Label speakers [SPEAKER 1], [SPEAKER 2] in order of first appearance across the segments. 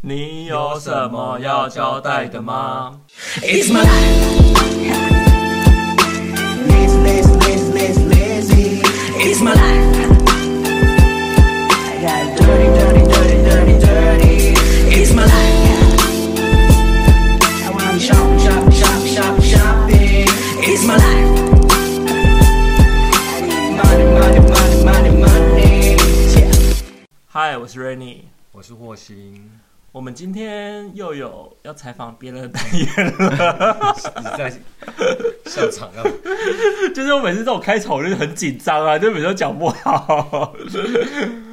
[SPEAKER 1] 你有什么要交代的吗？
[SPEAKER 2] It's my life. Lazy, lazy, lazy, lazy, lazy. It's my life. I got dirty, dirty, dirty, dirty, dirty. It's my life. I wanna be shopping, shopping, shopping, shopping, shopping. It's my life. I need money, money, money, money, money. Yeah.
[SPEAKER 1] 嗨，我是 Rainy。
[SPEAKER 3] 我是霍星，
[SPEAKER 1] 我们今天又有要采访别人的单元了，
[SPEAKER 3] 你在笑场啊？
[SPEAKER 1] 就是我每次这种开场我就很紧张啊，就每次都讲不好。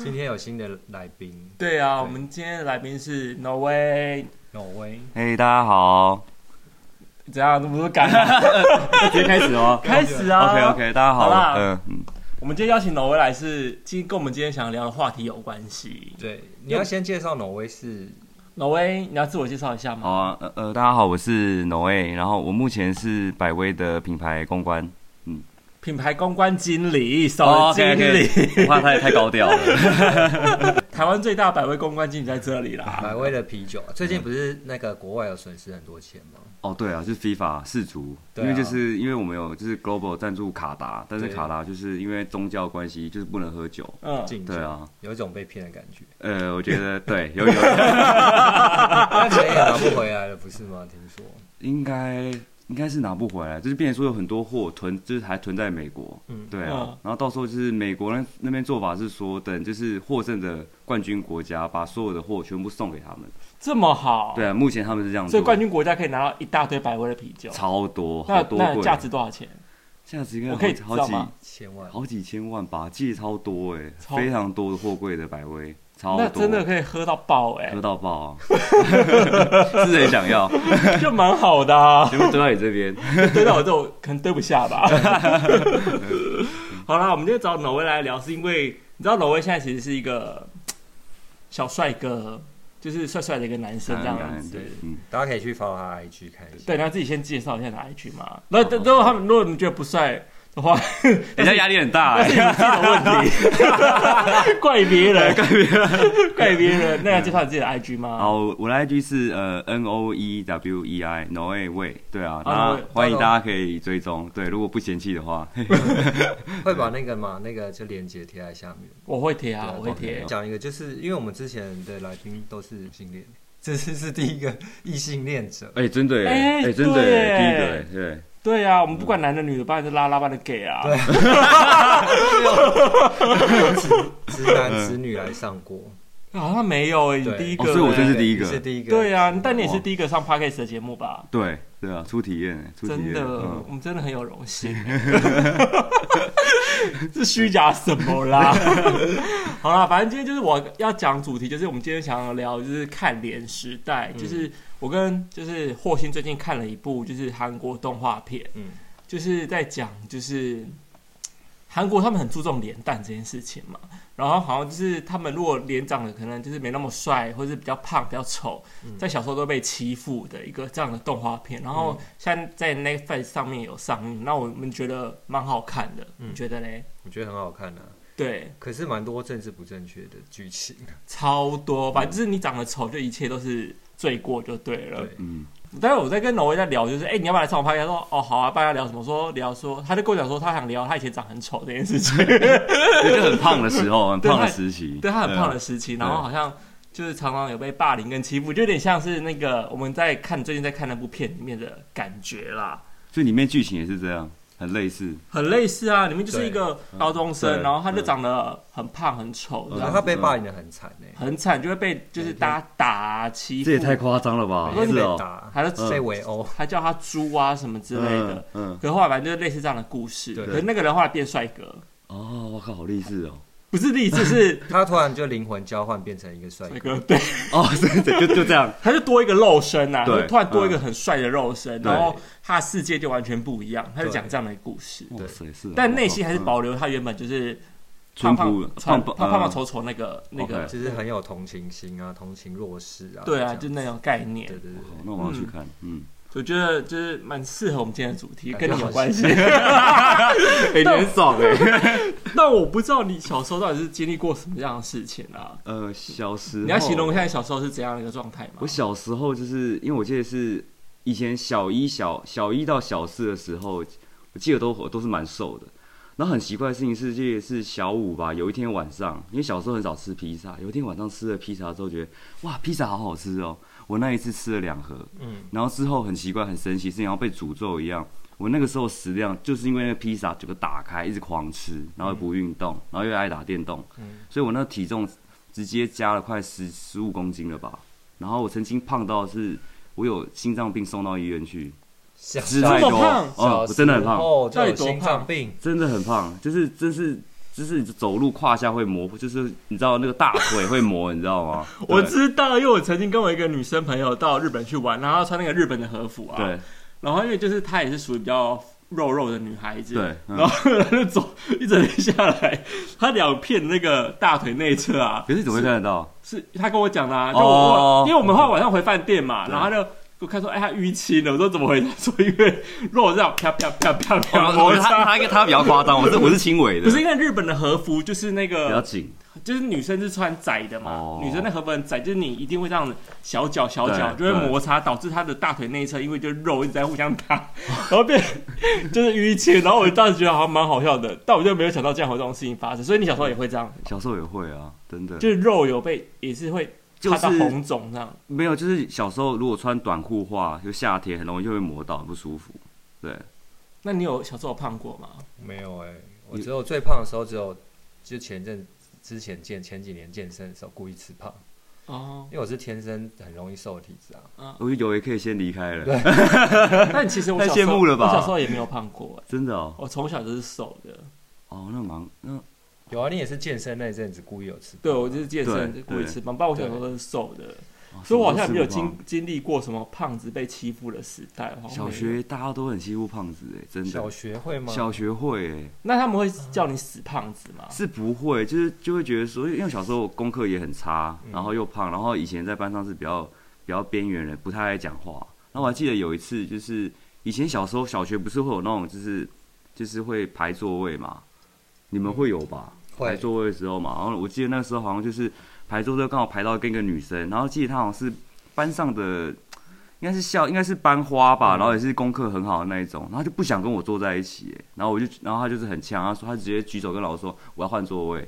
[SPEAKER 3] 今天有新的来宾，
[SPEAKER 1] 对啊，我们今天的来宾是 No Way，
[SPEAKER 3] 挪威，
[SPEAKER 4] 嘿大家好，
[SPEAKER 1] 怎样？那么多 感啊
[SPEAKER 4] 直接开始哦。
[SPEAKER 1] 开始啊
[SPEAKER 4] OK OK，大家好，
[SPEAKER 1] 好啦
[SPEAKER 4] 嗯嗯，
[SPEAKER 1] 我们今天邀请 No Way 来是，其实跟我们今天想聊的话题有关系。
[SPEAKER 3] 对，你要先介绍挪威是
[SPEAKER 1] No Way，你要自我介绍一下
[SPEAKER 4] 好
[SPEAKER 1] 吗？
[SPEAKER 4] 啊，呃呃，大家好，我是 n o e 然后我目前是百威的品牌公关，
[SPEAKER 1] 品牌公关经理，首
[SPEAKER 4] 哦
[SPEAKER 1] 经
[SPEAKER 4] ，OK，OK
[SPEAKER 1] 理，
[SPEAKER 4] 我怕太太高调了。
[SPEAKER 1] 台湾最大百位公关经理在这里啦。
[SPEAKER 3] 百威的啤酒。
[SPEAKER 1] 嗯
[SPEAKER 3] 最近不是那个国外有损失很多钱吗？
[SPEAKER 4] 哦，对啊，是 FIFA 世足，
[SPEAKER 3] 对
[SPEAKER 4] 因
[SPEAKER 3] 啊
[SPEAKER 4] 为就是因为我们有就是 Global 赞助卡达，但是
[SPEAKER 3] 对
[SPEAKER 4] 卡达就是因为宗教关系，就是不能喝酒。
[SPEAKER 1] 嗯，
[SPEAKER 3] 禁酒
[SPEAKER 4] 对啊，
[SPEAKER 3] 有一种被骗的感觉，
[SPEAKER 4] 呃，我觉 得对，有有，
[SPEAKER 3] 那钱也拿不回来了，不是吗？听说，
[SPEAKER 4] 应该应该是拿不回来，就是变成说有很多货囤，就是还囤在美国。
[SPEAKER 3] 嗯，
[SPEAKER 4] 对啊，
[SPEAKER 1] 嗯
[SPEAKER 4] 然后到时候就是美国人那边做法是说，等就是获胜的冠军国家把所有的货全部送给他们。
[SPEAKER 1] 这么好，
[SPEAKER 4] 对啊，目前他们是这样做，
[SPEAKER 1] 所以冠军国家可以拿到一大堆百威的啤酒，
[SPEAKER 4] 超多，好
[SPEAKER 1] 那
[SPEAKER 4] 多
[SPEAKER 1] 那
[SPEAKER 4] 贵，
[SPEAKER 1] 价值多少钱？
[SPEAKER 4] 价值应该
[SPEAKER 1] 我可以
[SPEAKER 4] 好
[SPEAKER 1] 知道
[SPEAKER 4] 好几
[SPEAKER 1] 吗
[SPEAKER 3] 千万，
[SPEAKER 4] 好几千万吧，记得超多哎、
[SPEAKER 1] 超
[SPEAKER 4] 非常多的货柜的百威，超多，
[SPEAKER 1] 那真的可以喝到爆哎、
[SPEAKER 4] 喝到爆、啊， 是谁想要？
[SPEAKER 1] 就蛮好的、啊，
[SPEAKER 4] 全部堆到你这边，
[SPEAKER 1] 堆到我这种可能堆不下 吧。 好啦，我们今天找挪威来聊，是因为你知道挪威现在其实是一个小帅哥，就是帅帅的一个男 生这样子。
[SPEAKER 4] 对，嗯，
[SPEAKER 3] 大家可以去 follow 他的 IG 看一下。
[SPEAKER 1] 对，那自己先介绍一下你的 IG 嘛。那如果他们如果你觉得不帅的话，
[SPEAKER 4] 人家压力很大、
[SPEAKER 1] 那
[SPEAKER 4] 欸，
[SPEAKER 1] 是你自己的问题， 怪别人，怪别人，怪别人。那要介绍你自己的 IG 吗？
[SPEAKER 4] 好，我的 IG 是呃 N O E W E I Noe Way，对啊，
[SPEAKER 1] 啊
[SPEAKER 4] 那
[SPEAKER 1] Noe，
[SPEAKER 4] 欢迎
[SPEAKER 3] 到
[SPEAKER 4] 大家可以追踪，对，如果不嫌弃的话，
[SPEAKER 3] 会把那个嘛，那个就连接贴在下面。
[SPEAKER 1] 我会贴啊，我会
[SPEAKER 3] 对
[SPEAKER 1] 贴。
[SPEAKER 3] 讲一个，就是因为我们之前的来宾都是异性恋，这次是第一个异性恋者。
[SPEAKER 4] 哎，真的 耶，
[SPEAKER 1] 哎
[SPEAKER 4] 哎，真的
[SPEAKER 1] 对
[SPEAKER 4] 耶，
[SPEAKER 1] 耶
[SPEAKER 4] 第一个耶，对，
[SPEAKER 1] 对啊，我们不管男的女的，不然就拉拉班的 gay 啊。
[SPEAKER 3] 直男直女来上过，
[SPEAKER 1] 好像没有诶，你
[SPEAKER 3] 对
[SPEAKER 1] 第一个
[SPEAKER 4] 哦，
[SPEAKER 1] 欸，
[SPEAKER 4] 所以我真是第一
[SPEAKER 3] 你是
[SPEAKER 4] 个，
[SPEAKER 3] 第一个，
[SPEAKER 1] 对啊，但你也是第一个上 podcast 的节目吧？
[SPEAKER 4] 对，对啊，初体验耶，初体
[SPEAKER 1] 真
[SPEAKER 4] 验，
[SPEAKER 1] 的，
[SPEAKER 4] 嗯
[SPEAKER 1] 我们真的很有荣幸。是虚假什么啦？ 好啦，反正今天就是我要讲主题，就是我们今天想要聊，就是看脸时代，就是我跟就是霍星最近看了一部就是韩国动画片，
[SPEAKER 3] 嗯
[SPEAKER 1] 就是在讲就是韩国他们很注重脸蛋这件事情嘛，然后好像就是他们如果脸长得可能就是没那么帅，或是比较胖、比较丑，在小时候都被欺负的一个这样的动画片，然后现在在 Netflix 上面有上映，那我们觉得蛮好看的，你觉得嘞？
[SPEAKER 3] 我觉得很好看啊。
[SPEAKER 1] 对，
[SPEAKER 3] 可是蛮多政治不正确的剧情，
[SPEAKER 1] 嗯超多，反正就是你长得丑，就一切都是罪过就对了。
[SPEAKER 3] 对，
[SPEAKER 4] 嗯，
[SPEAKER 1] 但是我在跟挪威在聊，就是哎、你要不要来上我拍？他说哦好啊，大家聊什么？说聊说，他就跟我讲说他想聊他以前长很丑这件事情，
[SPEAKER 4] 就很胖的时候，很
[SPEAKER 1] 对
[SPEAKER 4] 胖的
[SPEAKER 1] 他
[SPEAKER 4] 时期，
[SPEAKER 1] 对他很胖的时
[SPEAKER 4] 嗯
[SPEAKER 1] 期，然后好像就是常常有被霸凌跟欺负，就有点像是那个我们在看最近在看那部片里面的感觉啦，
[SPEAKER 4] 啊所以里面剧情也是这样，很类似，
[SPEAKER 1] 很类似啊。里面就是一个高中生，
[SPEAKER 4] 对嗯
[SPEAKER 1] 然后他就长得很胖很丑，这
[SPEAKER 3] 然
[SPEAKER 1] 样
[SPEAKER 3] 后他被霸凌的很惨欸呢，
[SPEAKER 1] 很惨，就会被就是大家打啊欺负，
[SPEAKER 4] 嗯这也太夸张了吧，
[SPEAKER 3] 每天
[SPEAKER 4] 是
[SPEAKER 3] 被
[SPEAKER 4] 哦，
[SPEAKER 3] 打，
[SPEAKER 1] 还是嗯
[SPEAKER 3] 被围殴，
[SPEAKER 1] 还叫他猪啊什么之类的。
[SPEAKER 4] 嗯，
[SPEAKER 1] 可是后来反正就是类似这样的故事，
[SPEAKER 3] 对
[SPEAKER 1] 可是那个人后来变帅哥，
[SPEAKER 4] 哦，我靠，好励志哦，
[SPEAKER 1] 不是励志 是
[SPEAKER 3] 他突然就灵魂交换变成一个帅
[SPEAKER 1] 那
[SPEAKER 3] 哥，
[SPEAKER 1] 个对，
[SPEAKER 4] 哦， 对对，就就这样，
[SPEAKER 1] 他就多一个肉身啊，
[SPEAKER 4] 对嗯
[SPEAKER 1] 就突然多一个很帅的肉身，
[SPEAKER 4] 对
[SPEAKER 1] 然后他的世界就完全不一样。他就讲这样的故事，
[SPEAKER 4] 哇塞，是哦，
[SPEAKER 1] 但内心还是
[SPEAKER 4] 嗯
[SPEAKER 1] 保留他原本就是胖
[SPEAKER 4] 淳
[SPEAKER 1] 胖
[SPEAKER 4] 朴
[SPEAKER 1] 胖
[SPEAKER 4] 胖
[SPEAKER 1] 胖胖
[SPEAKER 4] 嗯
[SPEAKER 1] 丑丑那个那个
[SPEAKER 4] OK，
[SPEAKER 3] 就是很有同情心啊，同情弱势啊，
[SPEAKER 1] 对啊，
[SPEAKER 3] 这
[SPEAKER 1] 就
[SPEAKER 3] 样
[SPEAKER 1] 那种概念
[SPEAKER 3] 对。对对
[SPEAKER 4] 好
[SPEAKER 3] 对，
[SPEAKER 4] 哦 那我要去看，嗯，
[SPEAKER 1] 我觉得就是蛮适合我们今天的主题，
[SPEAKER 3] 感觉
[SPEAKER 1] 跟你有
[SPEAKER 3] 好
[SPEAKER 1] 关 系。
[SPEAKER 4] 哎、你很爽哎、
[SPEAKER 1] 那我不知道你小时候到底是经历过什么样的事情 啊？
[SPEAKER 4] 呃，小时候
[SPEAKER 1] 你要形容一下你小时候是怎样的一个状态吗？
[SPEAKER 4] 我小时候就是因为我记得是以前小一小小一到小四的时候，我记得都我都是蛮瘦的。然后很奇怪的事情是，记得是小五吧，有一天晚上，因为小时候很少吃披萨，有一天晚上吃了披萨之后，觉得哇，披萨好好吃哦！我那一次吃了两盒，
[SPEAKER 3] 嗯，
[SPEAKER 4] 然后之后很奇怪，很神奇，是像被诅咒一样。我那个时候食量就是因为那个披萨整个打开，一直狂吃，然后不运动，然后又爱打电动，
[SPEAKER 3] 嗯
[SPEAKER 4] 所以我那体重直接加了快十十五公斤了吧。然后我曾经胖到是，我有心脏病送到医院去，
[SPEAKER 3] 小
[SPEAKER 4] 吃太
[SPEAKER 1] 这
[SPEAKER 4] 多
[SPEAKER 1] 么胖，
[SPEAKER 4] 哦，我真的很胖，
[SPEAKER 3] 哦，
[SPEAKER 1] 到底
[SPEAKER 3] 有
[SPEAKER 1] 多
[SPEAKER 3] 心
[SPEAKER 1] 胖
[SPEAKER 3] 脏病，
[SPEAKER 4] 真的很胖，就是真是就是走路胯下会磨，就是你知道那个大腿会磨，你知道吗？
[SPEAKER 1] 我
[SPEAKER 4] 对
[SPEAKER 1] 知道，因为我曾经跟我一个女生朋友到日本去玩，然后她穿那个日本的和服啊，，
[SPEAKER 4] 对
[SPEAKER 1] 然后因为就是她也是属于比较肉肉的女孩子，
[SPEAKER 4] 对，嗯
[SPEAKER 1] 然后她就走一整天下来，她两片那个大腿内侧啊，
[SPEAKER 4] 可是你怎么会看得到？
[SPEAKER 1] 是她跟我讲的、啊，就我、
[SPEAKER 4] 哦
[SPEAKER 1] 因为我们后来晚上回饭店嘛，
[SPEAKER 4] 对
[SPEAKER 1] 然后她就。我看说，哎，她淤青了。我说怎么回事？她说因为肉这样啪啪啪啪啪摩
[SPEAKER 4] 哦他
[SPEAKER 1] 擦，
[SPEAKER 4] 他他比较夸张，我是我是轻微的，
[SPEAKER 1] 不是因为呃日本的和服就是那个
[SPEAKER 4] 比较紧，
[SPEAKER 1] 就是女生是穿窄的嘛，
[SPEAKER 4] 哦
[SPEAKER 1] 女生的荷本窄，就是你一定会这样子小脚小脚就
[SPEAKER 4] 对
[SPEAKER 1] 会摩擦，导致她的大腿内侧因为就肉一直在互相打， 然后变就是淤青，然后我当时觉得好像蛮好笑的，但我就没有想到这样会有这种事情发生，所以你小时候也会这样，
[SPEAKER 4] 小时候也会啊，真的
[SPEAKER 1] 就是肉有被也是会
[SPEAKER 4] 就
[SPEAKER 1] 擦到
[SPEAKER 4] 是
[SPEAKER 1] 红肿这样，
[SPEAKER 4] 没有，就是小时候如果穿短裤的话，就夏天很容易就会磨到，很不舒服。对，
[SPEAKER 1] 那你有小时候有胖过吗？
[SPEAKER 3] 没有哎、我
[SPEAKER 4] 你
[SPEAKER 3] 只有最胖的时候，只有就前阵之前健前几年健身的时候故意吃胖，
[SPEAKER 1] 哦
[SPEAKER 3] 因，为我是天生很容易瘦的体质啊。
[SPEAKER 4] 我就有也可以先离开了，
[SPEAKER 3] 对
[SPEAKER 1] 但其实我
[SPEAKER 4] 太
[SPEAKER 1] 小时候
[SPEAKER 4] 羡慕了吧
[SPEAKER 1] 我小时候也没有胖过、哎
[SPEAKER 4] 真的哦，
[SPEAKER 1] 我从小就是瘦的，
[SPEAKER 4] 哦，那忙那
[SPEAKER 3] 有啊，你也是健身那一阵子故意有吃胖，
[SPEAKER 1] 对我就是健身
[SPEAKER 4] 对
[SPEAKER 1] 故意
[SPEAKER 4] 对哦
[SPEAKER 1] 吃胖，不然我小时候都是瘦的。
[SPEAKER 4] 啊
[SPEAKER 1] 所以我好像也没有经经历过什么胖子被欺负的时代。好像
[SPEAKER 4] 小
[SPEAKER 1] 哦没有，
[SPEAKER 4] 学大家都很欺负胖子哎，真
[SPEAKER 3] 小
[SPEAKER 4] 的。
[SPEAKER 3] 学会吗？
[SPEAKER 4] 小学会哎，
[SPEAKER 1] 那他们会叫你死胖子吗？
[SPEAKER 4] 是不会，就是就会觉得说，因为小时候我功课也很差，
[SPEAKER 3] 嗯
[SPEAKER 4] 然后又胖，然后以前在班上是比较比较边缘人，不太爱讲话。然后我还记得有一次，就是以前小时候小学不是会有那种就是就是会排座位嘛，你
[SPEAKER 3] 嗯
[SPEAKER 4] 们会有吧？排
[SPEAKER 3] 会
[SPEAKER 4] 座位的时候嘛，然后我记得那时候好像就是排座位刚好排到跟一个女生，然后记得她好像是班上的，应该是校应该是班花吧，
[SPEAKER 3] 嗯
[SPEAKER 4] 然后也是功课很好的那一种，然后她就不想跟我坐在一起，欸然后我就然后她就是很呛，她说她直接举手跟老师说我要换座位，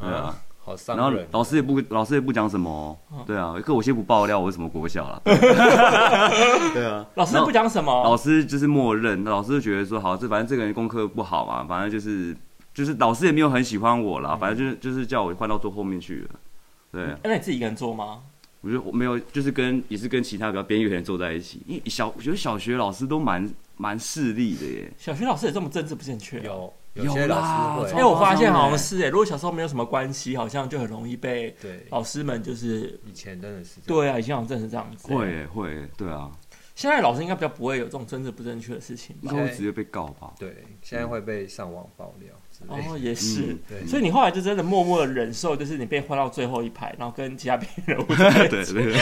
[SPEAKER 4] 对啊，
[SPEAKER 3] 嗯好伤
[SPEAKER 4] 然后
[SPEAKER 3] 人。
[SPEAKER 4] 老师也不老师也不讲什么哦、
[SPEAKER 1] 嗯
[SPEAKER 4] 对啊，可我先不爆料我是什么国 小了，对啊，
[SPEAKER 1] 老师不讲什
[SPEAKER 4] 老
[SPEAKER 1] 么，
[SPEAKER 4] 师就是默认，老师就觉得说好，这反正这个人功课不好嘛，反正就是就是老师也没有很喜欢我啦，反正就是就是叫我换到坐后面去了。对，
[SPEAKER 1] 哎那你自己一个人做吗？
[SPEAKER 4] 我就没有，就是跟也是跟其他比较边缘的人坐在一起，因为小我觉得小学老师都蛮蛮势利的耶。
[SPEAKER 1] 小学老师也这么政治不正确？。
[SPEAKER 3] 有
[SPEAKER 4] 有
[SPEAKER 3] 些
[SPEAKER 4] 啦
[SPEAKER 3] 老师
[SPEAKER 1] 哎、
[SPEAKER 4] 从
[SPEAKER 3] 会，
[SPEAKER 1] 我发现好像是哎、如果小时候没有什么关系，好像就很容易被
[SPEAKER 3] 对，
[SPEAKER 1] 老师们就是
[SPEAKER 3] 以前真的是这样，
[SPEAKER 1] 对啊，以前好像真的是这样子、
[SPEAKER 4] 会耶会耶，对啊，
[SPEAKER 1] 现在老师应该比较不会有这种政治不正确的事情吧
[SPEAKER 4] 应？该会直接被告吧？
[SPEAKER 3] 对，现在会被上网爆料之类的。
[SPEAKER 1] 哦，也是。
[SPEAKER 4] 嗯
[SPEAKER 3] 对，
[SPEAKER 1] 所以你后来就真的默默的忍受，就是你被换到最后一排，然后跟其他别人
[SPEAKER 4] 对对对，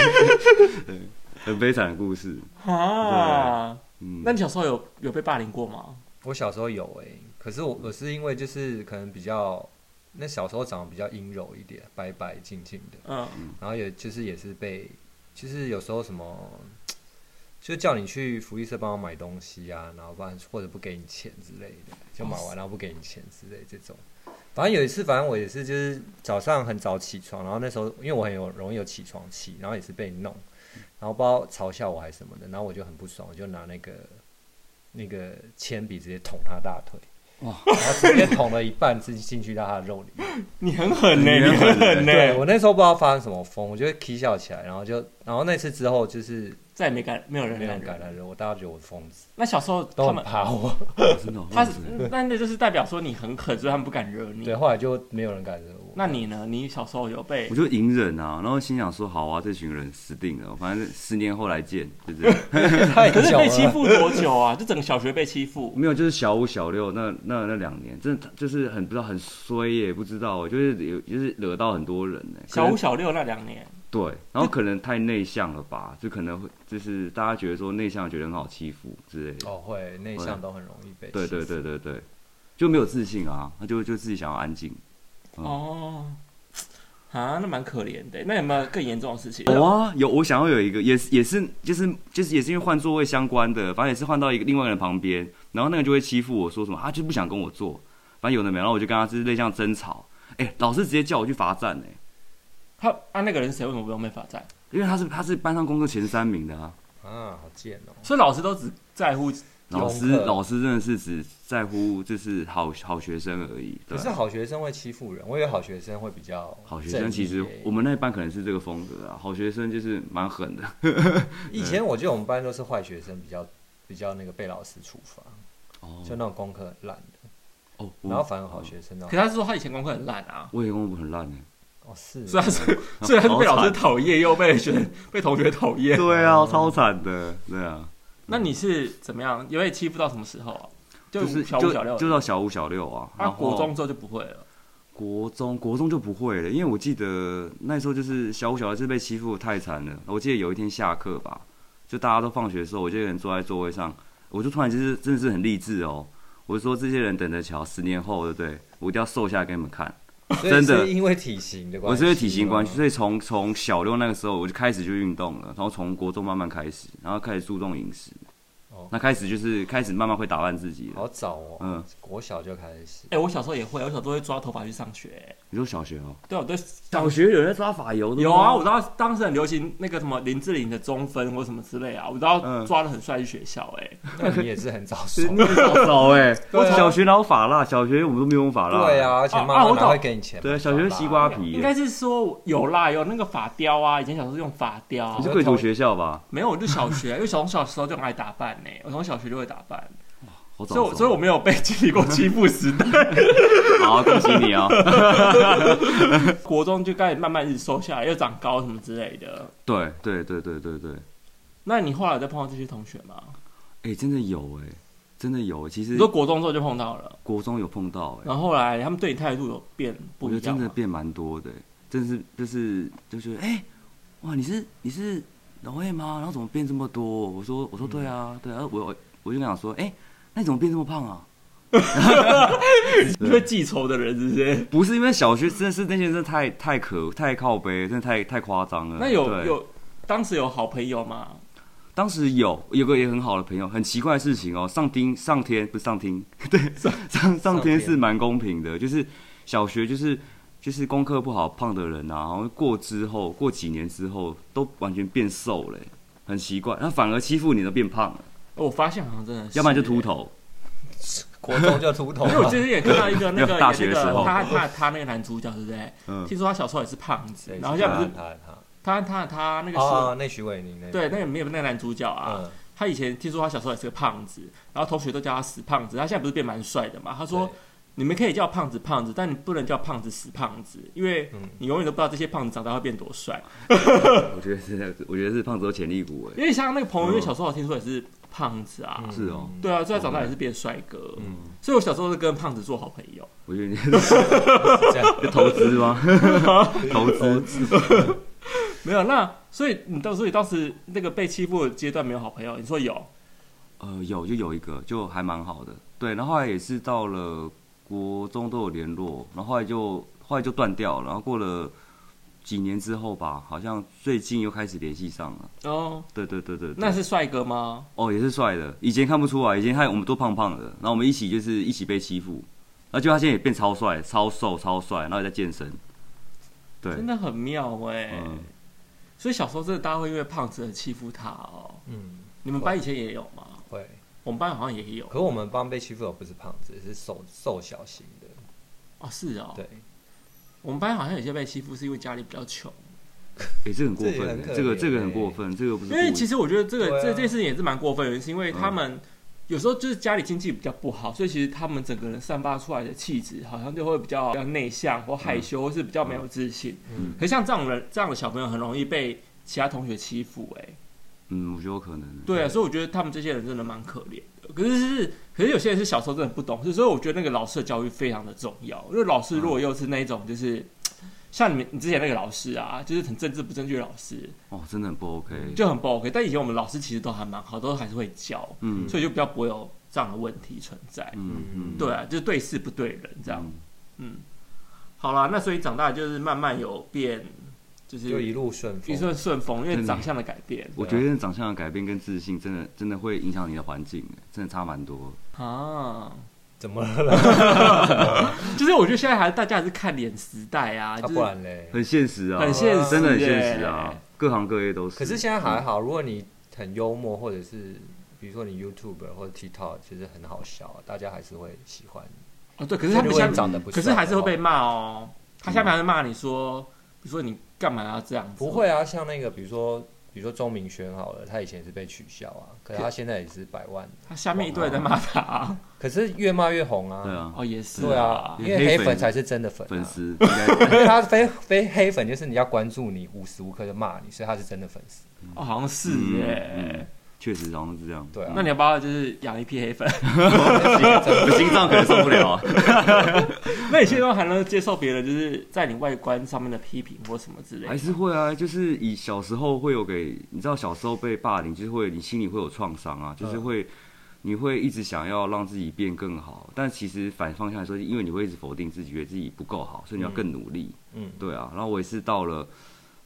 [SPEAKER 4] 对很悲惨的故事。
[SPEAKER 1] 啊，
[SPEAKER 4] 嗯，
[SPEAKER 1] 那你小时候有有被霸凌过吗？
[SPEAKER 3] 我小时候有哎、可是我我是因为就是可能比较，那小时候长得比较阴柔一点，白白净净的，
[SPEAKER 1] 嗯，
[SPEAKER 3] 然后也就是也是被，就是有时候什么，就叫你去福利社帮我买东西啊，然后不然或者不给你钱之类的，就买完然后不给你钱之类这种。反正有一次，反正我也是就是早上很早起床，然后那时候因为我很有容易有起床气，然后也是被弄，然后不知道嘲笑我还是什么的，然后我就很不爽，我就拿那个那个铅笔直接捅他大腿。
[SPEAKER 4] 哇
[SPEAKER 3] 然后直接捅了一半，自己进去到他的肉里面。
[SPEAKER 1] 你很狠呢、
[SPEAKER 4] 你
[SPEAKER 1] 你
[SPEAKER 4] 很
[SPEAKER 1] 很
[SPEAKER 4] 狠
[SPEAKER 1] 狠呢、
[SPEAKER 3] 对我那时候不知道发生什么疯，我就啼笑起来，然后就，然后那次之后就是
[SPEAKER 1] 再也没敢，没有人
[SPEAKER 3] 没有
[SPEAKER 1] 敢
[SPEAKER 3] 人敢来惹我，大家觉得我疯子，
[SPEAKER 1] 那小时候
[SPEAKER 3] 都
[SPEAKER 1] 他
[SPEAKER 3] 很
[SPEAKER 1] 们，
[SPEAKER 3] 怕我。
[SPEAKER 4] 啊真的，哦
[SPEAKER 1] 他
[SPEAKER 4] 哇
[SPEAKER 1] 是
[SPEAKER 4] 塞
[SPEAKER 1] 那那就是代表说你很狠，所以他们不敢惹你
[SPEAKER 3] 对，。后来就没有人敢惹我。
[SPEAKER 1] 那你呢？你小时候有被
[SPEAKER 4] 我就隐忍啊，然后心想说好啊，这群人死定了，反正十年后来见，就这样。
[SPEAKER 3] 太
[SPEAKER 1] 可是
[SPEAKER 3] 久
[SPEAKER 1] 被欺
[SPEAKER 3] 了，
[SPEAKER 1] 负多久啊？就整个小学被欺
[SPEAKER 3] 嗯
[SPEAKER 1] 负，
[SPEAKER 4] 没有，就是小五、小六那那那两年，真的就是很不知道很衰耶，不知道，就是有就是惹到很多人呢。
[SPEAKER 1] 小五、小六那两年，
[SPEAKER 4] 对，然后可能太内向了吧，就可能会就是大家觉得说内向觉得很好欺负之类的。
[SPEAKER 3] 哦，会内向都很容易被
[SPEAKER 4] 对对
[SPEAKER 3] 欺负
[SPEAKER 4] 对对对，就没有自信啊，他就就自己想要安静。嗯
[SPEAKER 1] 哦，啊，那蛮可怜的。那有没有更严重的事
[SPEAKER 3] 哎
[SPEAKER 1] 情？
[SPEAKER 4] 有啊，有我想要有一个，也是也是就是就是也是因为换座位相关的，反正也是换到一个另外一个人旁边，然后那个人就会欺负我说什么，啊他就不想跟我坐，反正有的没有，然后我就跟他就是类似像争吵，哎、老师直接叫我去罚站哎、
[SPEAKER 1] 他啊，那个人是谁？为什么不用被罚站？
[SPEAKER 4] 因为他是他是班上功课前三名的啊，
[SPEAKER 3] 啊，好贱哦！
[SPEAKER 1] 所以老师都只在乎
[SPEAKER 4] 老师
[SPEAKER 3] 功课
[SPEAKER 4] 老师真的是只在乎就是好好学生而已，
[SPEAKER 3] 可
[SPEAKER 4] 对啊
[SPEAKER 3] 是啊好学生会欺负人，我以为好学生会比较
[SPEAKER 4] 好学
[SPEAKER 3] 正
[SPEAKER 4] 生
[SPEAKER 3] 义
[SPEAKER 4] 其实
[SPEAKER 3] 耶
[SPEAKER 4] 我们那一班可能是这个风格啊，好学生就是蛮狠的，呃
[SPEAKER 3] 以前我记得我们班都是坏学生比较比较那个被老师处罚，
[SPEAKER 4] 哦
[SPEAKER 3] 就那种功课很烂的，
[SPEAKER 4] 哦，
[SPEAKER 3] 然后
[SPEAKER 4] 我
[SPEAKER 3] 反而好学生那
[SPEAKER 1] 可
[SPEAKER 3] 种
[SPEAKER 1] 是他是说他以前功课很烂啊，
[SPEAKER 4] 我也功课很烂
[SPEAKER 3] 哦
[SPEAKER 4] 哎、
[SPEAKER 3] 是
[SPEAKER 1] 所以他是 所以他是被老师讨厌，又被学被同学讨厌。
[SPEAKER 4] 对啊，超惨的，对啊。
[SPEAKER 1] 那你是怎么样？有被欺负到什么时候啊？就
[SPEAKER 4] 就是
[SPEAKER 1] 小
[SPEAKER 4] 就
[SPEAKER 1] 五小六，
[SPEAKER 4] 就到小五小六啊。
[SPEAKER 1] 啊，
[SPEAKER 4] 然后
[SPEAKER 1] 国中之后就不会了。
[SPEAKER 4] 国中国中就不会了，因为我记得那时候就是小五小六是被欺负得太惨了。我记得有一天下课吧，就大家都放学的时候，我就一个人坐在座位上，我就突然就是真的是很励志哦。我就说这些人等着瞧，十年后对不对？我一定要瘦下来给你们看。
[SPEAKER 3] 所以
[SPEAKER 4] 真的
[SPEAKER 3] 是因为体型的关
[SPEAKER 4] 我
[SPEAKER 3] 系
[SPEAKER 4] 是
[SPEAKER 3] 吗，
[SPEAKER 4] 因为体型关系，
[SPEAKER 3] 嗯
[SPEAKER 4] 所以从从小六那个时候我就开始就运动了，然后从国中慢慢开始，然后开始注重饮食
[SPEAKER 3] 哦。
[SPEAKER 4] 那开始就是开始慢慢会打扮自己
[SPEAKER 3] 好
[SPEAKER 4] 了。
[SPEAKER 3] 早哦，
[SPEAKER 4] 嗯
[SPEAKER 3] 国小就开 始，
[SPEAKER 1] 哎，我小时候也会，我小时候会抓头发去上学欸。
[SPEAKER 4] 你说小学哦，
[SPEAKER 1] 对啊，我对
[SPEAKER 4] 小学有人在抓发油的吗
[SPEAKER 1] 有啊，我知道当时很流行那个什么林志玲的中分或什么之类啊，我知道
[SPEAKER 4] 嗯
[SPEAKER 1] 抓的很帅去学校哎、欸
[SPEAKER 3] 那你也是很早 熟。
[SPEAKER 4] 真的少少哎、
[SPEAKER 3] 对
[SPEAKER 4] 我
[SPEAKER 3] 啊
[SPEAKER 4] 小学哪有法蜡？小学我们都没有用法蜡。
[SPEAKER 3] 对啊，，而且
[SPEAKER 1] 啊
[SPEAKER 3] 妈
[SPEAKER 1] 我
[SPEAKER 3] 妈
[SPEAKER 1] 懂
[SPEAKER 3] 哪会给你钱买发
[SPEAKER 4] 对
[SPEAKER 3] 蜡？
[SPEAKER 4] 啊，小学西瓜皮、
[SPEAKER 1] 应该是说有啦，有那个发雕啊，以前小时候用发雕啊
[SPEAKER 4] 你是，贵族学校吧？
[SPEAKER 1] 没有我就小学，因为从小时候就很爱打扮呢、我从小学就会打扮，
[SPEAKER 4] 好早
[SPEAKER 1] 所以我
[SPEAKER 4] 熟
[SPEAKER 1] 所以我没有被经历过欺负时 代，
[SPEAKER 4] 好恭喜你啊！
[SPEAKER 1] 国中就开始慢慢一直瘦下来，又长高什么之类的。
[SPEAKER 4] 对对对对对对，
[SPEAKER 1] 那你后来有再碰到这些同学吗？
[SPEAKER 4] 哎、真的有哎、真的有、哎其
[SPEAKER 1] 你
[SPEAKER 4] 实
[SPEAKER 1] 说国中之后就碰到了，
[SPEAKER 4] 国中有碰到哎、
[SPEAKER 1] 然后后来他们对你态度有变
[SPEAKER 4] 我
[SPEAKER 1] 不
[SPEAKER 4] 觉得
[SPEAKER 1] 一样啊
[SPEAKER 4] 真的
[SPEAKER 1] 吗？
[SPEAKER 4] 变蛮多的、真是就是就是哎、哇，你是你是老魏吗？然后怎么变这么多？我说我说对啊对啊，我我就跟他讲说，哎、那你怎么变这么胖啊？
[SPEAKER 1] 你会记仇的人是不是？
[SPEAKER 4] 不是因为小学真的是那些人真的太太可太靠背，真的太太夸张了。
[SPEAKER 1] 那有
[SPEAKER 4] 对
[SPEAKER 1] 有当时有好朋友吗？
[SPEAKER 4] 当时有有个也很好的朋友，很奇怪的事情哦，上天上天不是上天， 对上上上天是蛮公平的，就是小学就是就是功课不好胖的人啊，然后过之后过几年之后都完全变瘦了、欸很奇怪，他反而欺负你的变胖了，
[SPEAKER 1] 我发现好像真的是，
[SPEAKER 4] 要不然就秃头。
[SPEAKER 3] 国中就秃头啊
[SPEAKER 1] 因为我
[SPEAKER 3] 了，
[SPEAKER 1] 之前也看到一个
[SPEAKER 4] 没
[SPEAKER 1] 那
[SPEAKER 4] 有
[SPEAKER 1] 个
[SPEAKER 4] 大学
[SPEAKER 1] 有
[SPEAKER 4] 的时
[SPEAKER 1] 那
[SPEAKER 4] 候
[SPEAKER 1] 个他他他那个男主角对不对？
[SPEAKER 4] 嗯，
[SPEAKER 1] 听说他小时候也是胖子
[SPEAKER 3] 对，
[SPEAKER 1] 然后现在不是
[SPEAKER 3] 他
[SPEAKER 1] 他
[SPEAKER 3] 他
[SPEAKER 1] 他他那个
[SPEAKER 3] 他哦，
[SPEAKER 1] 是
[SPEAKER 3] 那徐伟宁那个
[SPEAKER 1] 对那个没有那个男主角啊，
[SPEAKER 3] 嗯，
[SPEAKER 1] 他以前听说他小时候也是个胖子，然后同学都叫他死胖子，他现在不是变蛮帅的嘛？他说
[SPEAKER 3] 对
[SPEAKER 1] 你们可以叫胖子胖子，但你不能叫胖子死胖子，因为
[SPEAKER 3] 嗯
[SPEAKER 1] 你永远都不知道这些胖子长大会变多帅。
[SPEAKER 4] 我觉得是，我觉得是胖子有潜力股哎、
[SPEAKER 1] 因为像那个朋友，
[SPEAKER 4] 嗯
[SPEAKER 1] 因为小时候我听说也是胖子啊，
[SPEAKER 3] 嗯
[SPEAKER 4] 是哦
[SPEAKER 1] 对啊，所以他长大也是变帅哥，
[SPEAKER 3] 嗯，
[SPEAKER 1] 所以我小时候是跟胖子做好朋友。
[SPEAKER 4] 我觉得 你
[SPEAKER 3] 这样
[SPEAKER 4] 在投资 吗？投资
[SPEAKER 1] 没有，那所以你到所以当时那个被欺负的阶段没有好朋友，你说有，
[SPEAKER 4] 呃，有就有一个，就还蛮好的。对，然后后来也是到了国中都有联络，然后后来就后来就断掉了。然后过了几年之后吧，好像最近又开始联系上了。
[SPEAKER 1] 哦，
[SPEAKER 4] 对对对对对
[SPEAKER 1] 那是帅哥吗？
[SPEAKER 4] 哦，也是帅的，以前看不出来，以前害我们都胖胖的，然后我们一起就是一起被欺负，然后就他现在也变超帅、超瘦、超帅，然后也在健身。对，
[SPEAKER 1] 真的很妙哎、
[SPEAKER 4] 嗯，
[SPEAKER 1] 所以小时候真的大家会因为胖子而欺负他哦。
[SPEAKER 3] 嗯
[SPEAKER 1] 你们班以前也有吗？
[SPEAKER 3] 会。
[SPEAKER 1] 我们班好像也有
[SPEAKER 3] 可是我们班被欺负的不是胖子，是瘦瘦小型的。
[SPEAKER 1] 哦，是哦。
[SPEAKER 3] 对，
[SPEAKER 1] 我们班好像有些被欺负是因为家里比较穷，
[SPEAKER 4] 诶，这个很过
[SPEAKER 3] 这也
[SPEAKER 4] 分
[SPEAKER 3] 很
[SPEAKER 4] 欸，
[SPEAKER 3] 可
[SPEAKER 4] 这个
[SPEAKER 3] 怜
[SPEAKER 4] 这个很
[SPEAKER 3] 欸
[SPEAKER 4] 过分，这个不是
[SPEAKER 1] 因为
[SPEAKER 4] 故
[SPEAKER 1] 其
[SPEAKER 4] 意
[SPEAKER 1] 实我觉得这个、
[SPEAKER 3] 对啊嗯
[SPEAKER 1] 这件事情也是蛮过分的，是因为他们有时候就是家里经济比较不好，所以其实他们整个人散发出来的气质好像就会比较比较内向或害羞，或是比较没有自信。
[SPEAKER 3] 嗯
[SPEAKER 1] 可像这种人这样的小朋友很容易被其他同学欺负，哎，
[SPEAKER 4] 嗯，我觉得有可能欸。
[SPEAKER 1] 对啊，所以我觉得他们这些人真的蛮可怜的。可是是，可是有些人是小时候
[SPEAKER 4] 嗯
[SPEAKER 1] 真的不懂事，所以我觉得那个老师的教育非常的重要。因为老师如果又是那一种就是像你们你之前那个老师啊，就是很政治不正确的老师，
[SPEAKER 4] 哦，真的很不 OK。
[SPEAKER 1] 就很不 OK。但以前我们老师其实都还蛮好，都还是会教，
[SPEAKER 4] 嗯
[SPEAKER 1] 所以就比较不会有这样的问题存在。
[SPEAKER 4] 嗯嗯，
[SPEAKER 1] 对啊，就是对事不对人这样。
[SPEAKER 4] 嗯
[SPEAKER 1] 嗯，好啦，那所以长大就是慢慢有变，就是
[SPEAKER 3] 就一路顺
[SPEAKER 1] 一
[SPEAKER 3] 风。
[SPEAKER 1] 顺顺风，因
[SPEAKER 4] 真
[SPEAKER 1] 为
[SPEAKER 4] 的
[SPEAKER 1] 长相的改变
[SPEAKER 4] 我觉得长相的改变跟自信，真的真的会影响你的环境，真的差蛮多。
[SPEAKER 1] 啊。
[SPEAKER 3] 怎么了？
[SPEAKER 1] 就是我觉得现在还大家还是看脸时代啊，
[SPEAKER 3] 啊
[SPEAKER 1] 就是
[SPEAKER 3] 不然嘞？
[SPEAKER 4] 很现实啊，
[SPEAKER 1] 很现实
[SPEAKER 4] 真的很
[SPEAKER 1] 耶
[SPEAKER 4] 现实啊，各行各业都是。
[SPEAKER 3] 可是现在还好，如果你很幽默，或者是比如说你 YouTube 或者 TikTok，其实很好笑，啊大家还是会喜欢你。
[SPEAKER 1] 哦对，可是他们
[SPEAKER 3] 如果
[SPEAKER 1] 下
[SPEAKER 3] 你
[SPEAKER 1] 面，
[SPEAKER 3] 长得不，
[SPEAKER 1] 可是还是会被。骂哦。他下面还会骂你说，比如说你干嘛要这样子？
[SPEAKER 3] 不会啊，像那个比如说，比如说钟明轩好了，他以前也是被取笑啊，可是他现在也是百万，
[SPEAKER 1] 他下面一堆人在骂他啊。
[SPEAKER 3] 可是越骂越红啊。
[SPEAKER 4] 对，啊，
[SPEAKER 1] 哦，也是。
[SPEAKER 3] 对啊，因为
[SPEAKER 4] 黑
[SPEAKER 3] 黑
[SPEAKER 4] 粉
[SPEAKER 3] 粉才是真的粉啊
[SPEAKER 4] 粉丝应该
[SPEAKER 3] 因为他非非黑粉就是你要关注你，无时无刻就骂你，所以他是真的粉丝。
[SPEAKER 1] 哦，好像是
[SPEAKER 4] 嗯嗯
[SPEAKER 1] 耶。
[SPEAKER 4] 确实好像是这样。
[SPEAKER 3] 对啊
[SPEAKER 1] 那你要不要就是养一批黑粉？
[SPEAKER 4] 我心脏可能受不了啊。
[SPEAKER 1] 那你现在还能接受别人就是在你外观上面的批评或什么之类
[SPEAKER 4] 还
[SPEAKER 1] 的？
[SPEAKER 4] 是会啊，就是以小时候会有给你知道小时候被霸凌，就是会你心里会有创伤
[SPEAKER 1] 嗯
[SPEAKER 4] 啊，就是会、你会一直想要让自己变更好，但其实反方向来说，因为你会一直否定自己，觉得自己不够好，所以你要更努力。
[SPEAKER 3] 嗯，
[SPEAKER 4] 对啊，然后我也是到了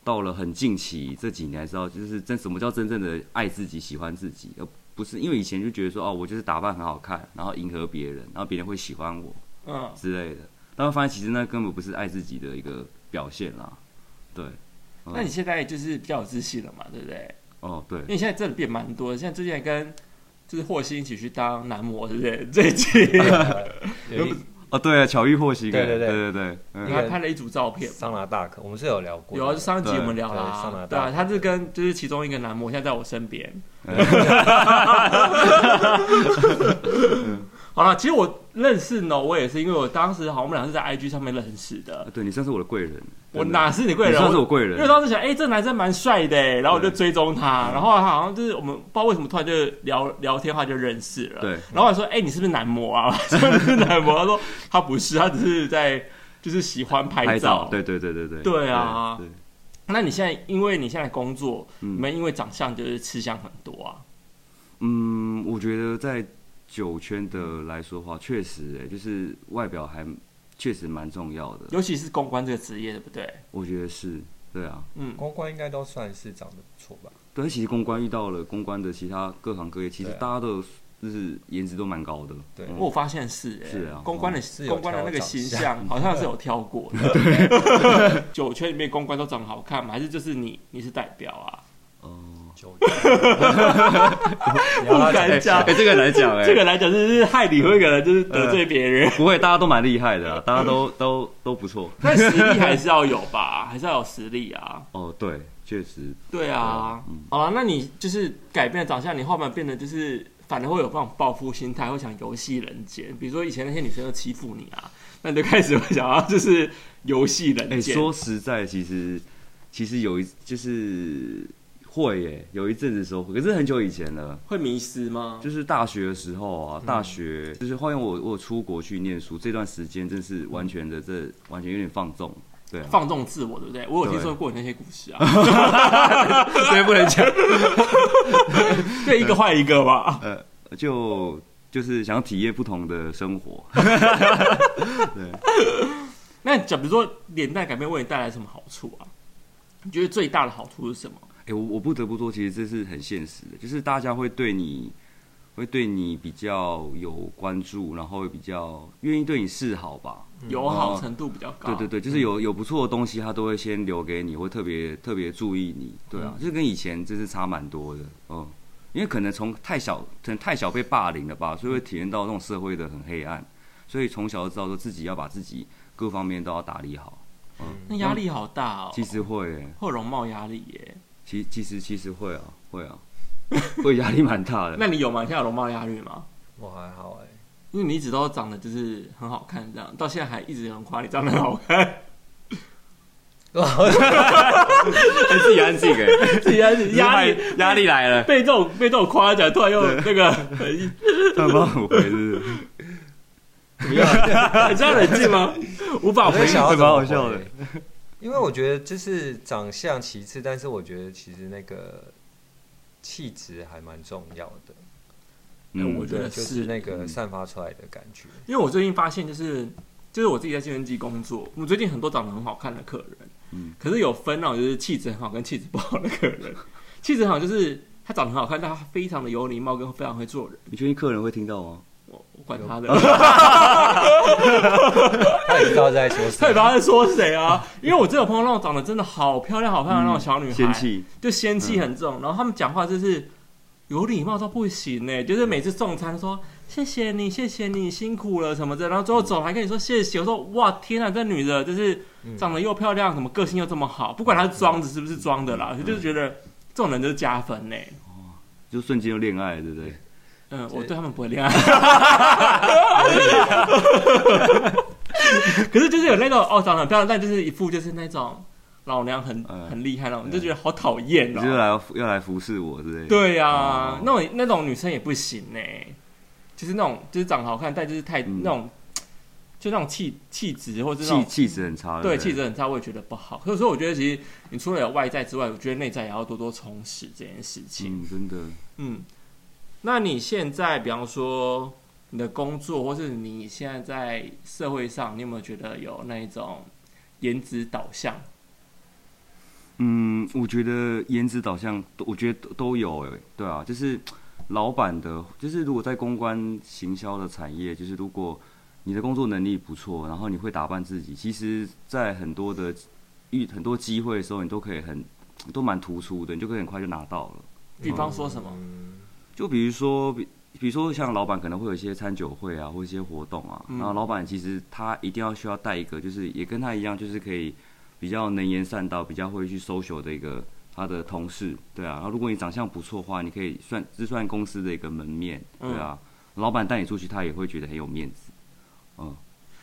[SPEAKER 4] 到了很近期这几年才知道，就是真什么叫真正的爱自己、喜欢自己，而不是因为以前就觉得说哦，我就是打扮很好看，然后迎合别人，然后别人会喜欢我
[SPEAKER 1] 嗯，
[SPEAKER 4] 之类的，但会发现其实那根本不是爱自己的一个表现啦。对，嗯
[SPEAKER 1] 那你现在就是比较有自信了嘛，对不对？
[SPEAKER 4] 哦
[SPEAKER 1] 因
[SPEAKER 4] 对，
[SPEAKER 1] 为现在真的变蛮多的，像之前跟就是霍希一起去当男模，对不对？最近
[SPEAKER 3] 有一
[SPEAKER 4] 哦对啊，巧遇获悉，
[SPEAKER 3] 对对
[SPEAKER 4] 对
[SPEAKER 3] 对
[SPEAKER 4] 对对，
[SPEAKER 1] 你
[SPEAKER 4] 嗯，
[SPEAKER 1] 还拍了一组照片嘛，
[SPEAKER 3] 桑拿大可，我们是有聊过的，
[SPEAKER 1] 有啊，上一集
[SPEAKER 4] 对
[SPEAKER 1] 我们聊啦、
[SPEAKER 3] 对上来
[SPEAKER 1] 对啊，
[SPEAKER 3] 大
[SPEAKER 1] 他是跟就是其中一个男模，现在在我身边。
[SPEAKER 4] 嗯
[SPEAKER 1] 好了，其实我认识呢，我也是因为我当时好像我们俩是在 IG 上面认识的
[SPEAKER 4] 啊。对你算是我的贵人，
[SPEAKER 1] 我
[SPEAKER 4] 真的
[SPEAKER 1] 哪是你贵人？
[SPEAKER 4] 你算是我嗯贵人
[SPEAKER 1] 因为当时想，哎、这男生蛮帅的、欸然后我就追踪他，然后他好像就是我们不知道为什么突然就聊聊天话就认识了。
[SPEAKER 4] 对
[SPEAKER 1] 然后我说，哎、你是不是男模啊？ 我说你是男模，他说他不是，他只是在就是喜欢
[SPEAKER 4] 拍照，对对对对对，
[SPEAKER 1] 对啊
[SPEAKER 4] 对对
[SPEAKER 1] 那你现在，因为你现在工作，
[SPEAKER 4] 嗯
[SPEAKER 1] 你们因为长相就是吃香很多啊。
[SPEAKER 4] 嗯，我觉得在酒圈的来说话，确实、欸，就是外表还确实蛮重要的。
[SPEAKER 1] 尤其是公关这个职业，对不对？
[SPEAKER 4] 我觉得是，对啊，
[SPEAKER 1] 嗯，
[SPEAKER 3] 公关应该都算是长得不错吧？
[SPEAKER 4] 对，其实公关遇到了公关的其他各行各业，其实
[SPEAKER 3] 对啊
[SPEAKER 4] 大家都有就是颜值都蛮高的。
[SPEAKER 3] 对
[SPEAKER 4] 嗯
[SPEAKER 1] 我有发现是、哎，
[SPEAKER 4] 是啊
[SPEAKER 1] 公关的
[SPEAKER 3] 是有
[SPEAKER 1] 公关的那个
[SPEAKER 3] 挑
[SPEAKER 1] 形
[SPEAKER 3] 长
[SPEAKER 1] 象好像是 有挑过的。酒圈里面公关都长得好看吗？还是就是你你是代表啊？
[SPEAKER 4] 哦，
[SPEAKER 3] 就不
[SPEAKER 1] 不敢讲
[SPEAKER 4] 哎、这个很难讲哎、
[SPEAKER 1] 这个来讲就是害你会可能就是得
[SPEAKER 3] 嗯
[SPEAKER 1] 罪别人，
[SPEAKER 4] 不会，大家都蛮厉害的、啊，大家都都都不错。
[SPEAKER 1] 但实力还是要有吧，还是要有实力啊。
[SPEAKER 4] 哦，对，确实，
[SPEAKER 1] 对啊
[SPEAKER 4] 嗯，
[SPEAKER 1] 好了，那你就是改变了长相，你后面变得就是反而会有那种报复心态，会想游戏人间。比如说以前那些女生都欺负你啊，那你就开始会想要就是游戏人
[SPEAKER 4] 哎、
[SPEAKER 1] 间。
[SPEAKER 4] 说实在，其实其实有一就是会耶、有一阵子的时候会，可是很久以前了。
[SPEAKER 1] 会迷失吗？
[SPEAKER 4] 就是大学的时候
[SPEAKER 1] 嗯
[SPEAKER 4] 啊，大学、就是后来我我出国去念书这段时间，真是完全的这完全有点放纵，对、啊，
[SPEAKER 1] 放纵自我，对不对？我有
[SPEAKER 4] 对
[SPEAKER 1] 听说过你那些故事啊， 所以不能讲。对，一个换一个吧。
[SPEAKER 4] 呃，就就是想要体验不同的生活。
[SPEAKER 1] 那假如说脸蛋改变为你带来什么好处啊？你觉得最大的好处是什么？
[SPEAKER 4] 哎、我我不得不说，其实这是很现实的，就是大家会对你会对你比较有关注，然后会比较愿意对你示好吧。
[SPEAKER 1] 友好程度比较高。
[SPEAKER 4] 对对对，就是有有不错的东西，他都会先留给你，会特别特别注意你。对啊，就是跟以前真是差蛮多的，嗯，因为可能从太小，可能太小被霸凌了吧，所以会体验到那种社会的很黑暗，所以从小就知道说自己要把自己各方面都要打理好。
[SPEAKER 1] 那压力好大哦。
[SPEAKER 4] 其实会、欸，
[SPEAKER 1] 会有容貌压力耶。
[SPEAKER 4] 其其实其实会啊，会啊， 会压力蛮大的。
[SPEAKER 1] 那你有吗？你现在有容貌压力吗？
[SPEAKER 3] 我还好哎、
[SPEAKER 1] 因为你一直都长得就是很好看，这样到现在还一直有人夸你长得很好看，
[SPEAKER 4] 自己安静哎、
[SPEAKER 1] 自己在自己 压 力
[SPEAKER 4] 压力来了，
[SPEAKER 1] 被这种被这种夸奖，突然又那个
[SPEAKER 4] 他帮我回是不 是？
[SPEAKER 1] 很像冷静吗？无法
[SPEAKER 3] 我
[SPEAKER 1] 回
[SPEAKER 3] 在
[SPEAKER 1] 应
[SPEAKER 3] 想要
[SPEAKER 4] 还
[SPEAKER 3] 怎
[SPEAKER 4] 蛮
[SPEAKER 3] 么
[SPEAKER 4] 好
[SPEAKER 3] 回
[SPEAKER 4] 笑的
[SPEAKER 3] 因为我觉得就是长相其次，但是我觉得其实那个气质还蛮重要的，
[SPEAKER 4] 哎
[SPEAKER 1] 嗯我觉得
[SPEAKER 3] 就是是那个
[SPEAKER 4] 嗯
[SPEAKER 3] 散发出来的感觉。
[SPEAKER 1] 因为我最近发现，就是就是我自己在新闻机工作，我最近很多长得很好看的客人，
[SPEAKER 4] 嗯
[SPEAKER 1] 可是有分那种就是气质很好跟气质不好的客人。气质很好就是他长得很好看，但他非常的有礼貌跟非常会做人。
[SPEAKER 4] 你确定客人会听到吗？
[SPEAKER 1] 我我管他的，
[SPEAKER 3] 他也不知道在说
[SPEAKER 1] 他也不知
[SPEAKER 3] 什 么。
[SPEAKER 1] 道在说谁啊。因为我真的有碰到那种长得真的好漂亮、好漂亮的那种小女孩，
[SPEAKER 4] 嗯仙气，
[SPEAKER 1] 就仙气很重，然后他们讲话就是有礼貌到不行呢、就是每次送餐说谢谢你，谢谢你辛苦了什么的，然后最后走还跟你说谢谢，我说哇天啊，这女的就是长得又漂亮，什么个性又这么好，不管她是装的是不是装的
[SPEAKER 4] 嗯
[SPEAKER 1] 啦，就是觉得这种人就是加分呢、
[SPEAKER 4] 就瞬间就恋爱了，对不对？
[SPEAKER 1] 嗯，
[SPEAKER 3] 对
[SPEAKER 1] 我对他们不会恋爱，可是就是有那种哦，长得很漂亮，但就是一副就是那种老娘很
[SPEAKER 4] 嗯
[SPEAKER 1] 很厉害那种，就觉得好讨厌
[SPEAKER 4] 你
[SPEAKER 1] 哦。
[SPEAKER 4] 就来要来服侍我之类的。
[SPEAKER 1] 对呀、
[SPEAKER 4] 哦
[SPEAKER 1] 那种那种女生也不行呢、就是那种就是长得好看，但就是太、
[SPEAKER 4] 嗯
[SPEAKER 1] 那种，就那种气气质或者那
[SPEAKER 4] 气
[SPEAKER 1] 种
[SPEAKER 4] 气质很差，
[SPEAKER 1] 对
[SPEAKER 4] 不
[SPEAKER 1] 气质很差，我也觉得不好。所以说，我觉得其实你除了有外在之外，我觉得内在也要多多充实这件事情。
[SPEAKER 4] 嗯，真的，
[SPEAKER 1] 嗯那你现在比方说你的工作，或是你现在在社会上，你有没有觉得有那一种颜值导向？
[SPEAKER 4] 嗯，我觉得颜值导向都，我觉得都都有、欸，对啊，就是老板的，就是如果在公关行销的产业，就是如果你的工作能力不错，然后你会打扮自己，其实，在很多的遇很多机会的时候，你都可以很都蛮突出的，你就可以很快就拿到了。
[SPEAKER 1] 比方说什么？
[SPEAKER 3] 嗯，
[SPEAKER 4] 就比如说，比比如说像老板可能会有一些餐酒会啊，或一些活动啊，
[SPEAKER 1] 嗯
[SPEAKER 4] 然后老板其实他一定要需要带一个，就是也跟他一样，就是可以比较能言善道、比较会去 social 的一个他的同事，对啊。然后如果你长相不错的话，你可以算这算公司的一个门面，对啊。老板带你出去，他也会觉得很有面子，嗯，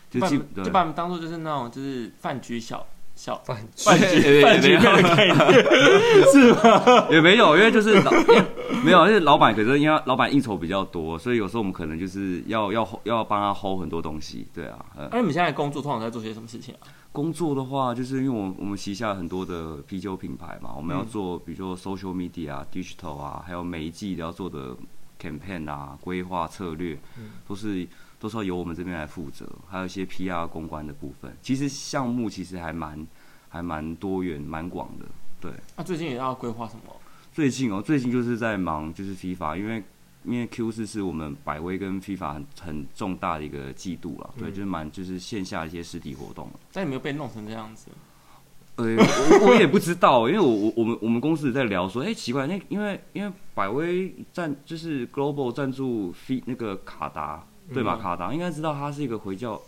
[SPEAKER 4] 就
[SPEAKER 1] 就把
[SPEAKER 4] 基
[SPEAKER 1] 你
[SPEAKER 4] 对
[SPEAKER 1] 就把你们当做就是那种就是饭局小 小
[SPEAKER 3] 饭
[SPEAKER 1] 饭局饭局那个概念， 是吗？
[SPEAKER 4] 也没有，因为就是老因为没有，因为老板可是因为老板应酬比较多，所以有时候我们可能就是要要要帮他 hold 很多东西，对啊，嗯。
[SPEAKER 1] 那你们现在工作通常在做些什么事情啊？
[SPEAKER 4] 工作的话，就是因为我我们旗下很多的啤酒品牌嘛，我们要
[SPEAKER 1] 嗯
[SPEAKER 4] 做比如说 social media 啊、digital 啊，还有每一季都要做的 campaign 啊、规划策略，
[SPEAKER 1] 嗯
[SPEAKER 4] 都是都是要由我们这边来负责，还有一些 PR 公关的部分。其实项目其实还蛮还蛮多元、蛮广的。对，
[SPEAKER 1] 那、啊最近也要规划什么？
[SPEAKER 4] 最近哦，最近就是在忙就是 FIFA，因为因为 Q 四是我们百威跟 FIFA 很很重大的一个季度了，
[SPEAKER 3] 嗯
[SPEAKER 4] 对，就是蛮就是线下一些实体 活动。
[SPEAKER 1] 但你没有被弄成这样子，
[SPEAKER 4] 呃，我我也不知道，因为我我我们我们公司也在聊说，哎、奇怪，那因为因为百威赞就是 Global 赞助 f 那个卡达对吧？
[SPEAKER 1] 嗯
[SPEAKER 4] 卡达应该知道它是一个回教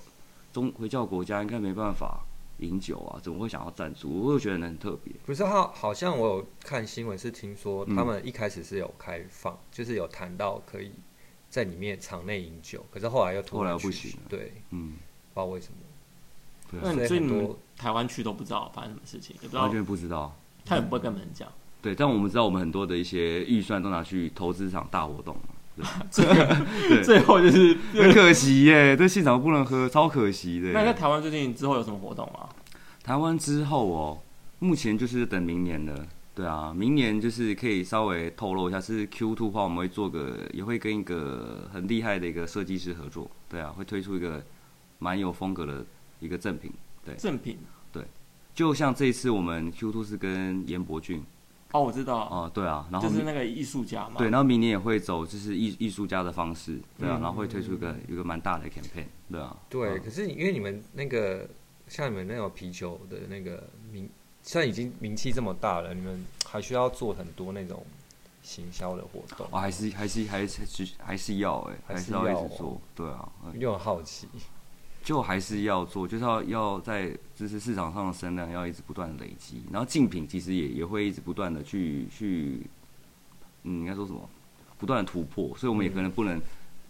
[SPEAKER 4] 中回教国家，应该没办法饮酒啊，怎么会想要赞助？我会觉得很特别。
[SPEAKER 3] 不是好，好像我有看新闻是听说他们一开始是有开放，就是有谈到可以在里面场内饮酒，可是后来又突
[SPEAKER 4] 后
[SPEAKER 3] 然
[SPEAKER 4] 来不
[SPEAKER 3] 取
[SPEAKER 4] 行
[SPEAKER 3] 消
[SPEAKER 4] 了
[SPEAKER 3] 对，不知
[SPEAKER 4] 嗯，
[SPEAKER 3] 道为什么。
[SPEAKER 4] 对啊
[SPEAKER 1] 那你
[SPEAKER 3] 所以
[SPEAKER 1] 所以
[SPEAKER 3] 很
[SPEAKER 1] 你们
[SPEAKER 3] 多
[SPEAKER 1] 台湾区都不知道发生什么事情，也不知道
[SPEAKER 4] 完，全不知道。
[SPEAKER 1] 他也不会跟你们讲。
[SPEAKER 4] 对，但我们知道我们很多的一些预算都拿去投资场大活动嘛，
[SPEAKER 1] 最
[SPEAKER 4] 对
[SPEAKER 1] 最后就是，
[SPEAKER 4] 很可惜耶，这现场不能喝，超可惜的耶。
[SPEAKER 1] 那你在台湾最近之后有什么活动吗？
[SPEAKER 4] 台湾之后哦，目前就是等明年了。对啊，明年就是可以稍微透露一下，是 Q two 的话，我们会做个，也会跟一个很厉害的一个设计师合作。对啊，会推出一个蛮有风格的一个赠品，
[SPEAKER 1] 赠品
[SPEAKER 4] 就像这一次我们 Q two 是跟严伯俊
[SPEAKER 1] 哦，我知道，
[SPEAKER 4] 哦、对啊，然后
[SPEAKER 1] 就是
[SPEAKER 4] 明
[SPEAKER 1] 那个艺术家嘛。
[SPEAKER 4] 对，然后明年也会走就是艺艺术家的方式，对啊，
[SPEAKER 1] 嗯
[SPEAKER 4] 然后会推出一个一个蛮大的 campaign，对啊，
[SPEAKER 3] 对，
[SPEAKER 4] 嗯
[SPEAKER 3] 可是因为你们那个像你们那种啤酒的那个名，虽然已经名气这么大了，你们还需要做很多那种行销的活动，
[SPEAKER 4] 哦，还是还是还是还是要哎、
[SPEAKER 3] 还
[SPEAKER 4] 还
[SPEAKER 3] 是
[SPEAKER 4] 是要一
[SPEAKER 3] 要
[SPEAKER 4] 直
[SPEAKER 3] 哦
[SPEAKER 4] 做，对啊，嗯
[SPEAKER 3] 又很好奇。
[SPEAKER 4] 就还是要做，就是要要在就是市场上的声量要一直不断地累积，然后竞品其实也也会一直不断的去去，嗯，应该说什么，不断的突破，所以我们也可能不能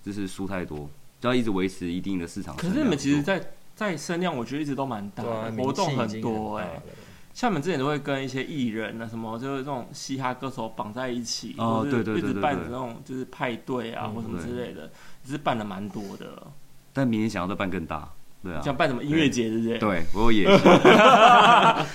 [SPEAKER 4] 就是输太多，就要一直维持一定的市场声
[SPEAKER 1] 可
[SPEAKER 4] 量。
[SPEAKER 1] 是你们其实在，在声量我觉得一直都蛮大
[SPEAKER 3] 对啊，
[SPEAKER 1] 的，
[SPEAKER 3] 名
[SPEAKER 1] 活动
[SPEAKER 3] 气已
[SPEAKER 1] 很
[SPEAKER 3] 经
[SPEAKER 1] 多哎、
[SPEAKER 3] 大了
[SPEAKER 1] 像我们之前都会跟一些艺人啊，什么就是这种嘻哈歌手绑在一起，
[SPEAKER 4] 哦
[SPEAKER 1] 或是
[SPEAKER 4] 对对对
[SPEAKER 1] 一直
[SPEAKER 4] 对
[SPEAKER 1] 办
[SPEAKER 4] 对
[SPEAKER 1] 那种就是派对啊、
[SPEAKER 3] 嗯
[SPEAKER 4] 啊
[SPEAKER 1] 或什么之类的，也是办的蛮多的。
[SPEAKER 4] 但明年想要再办更大，对啊，
[SPEAKER 1] 想办什么音乐节，对不对？
[SPEAKER 4] 对我有野心。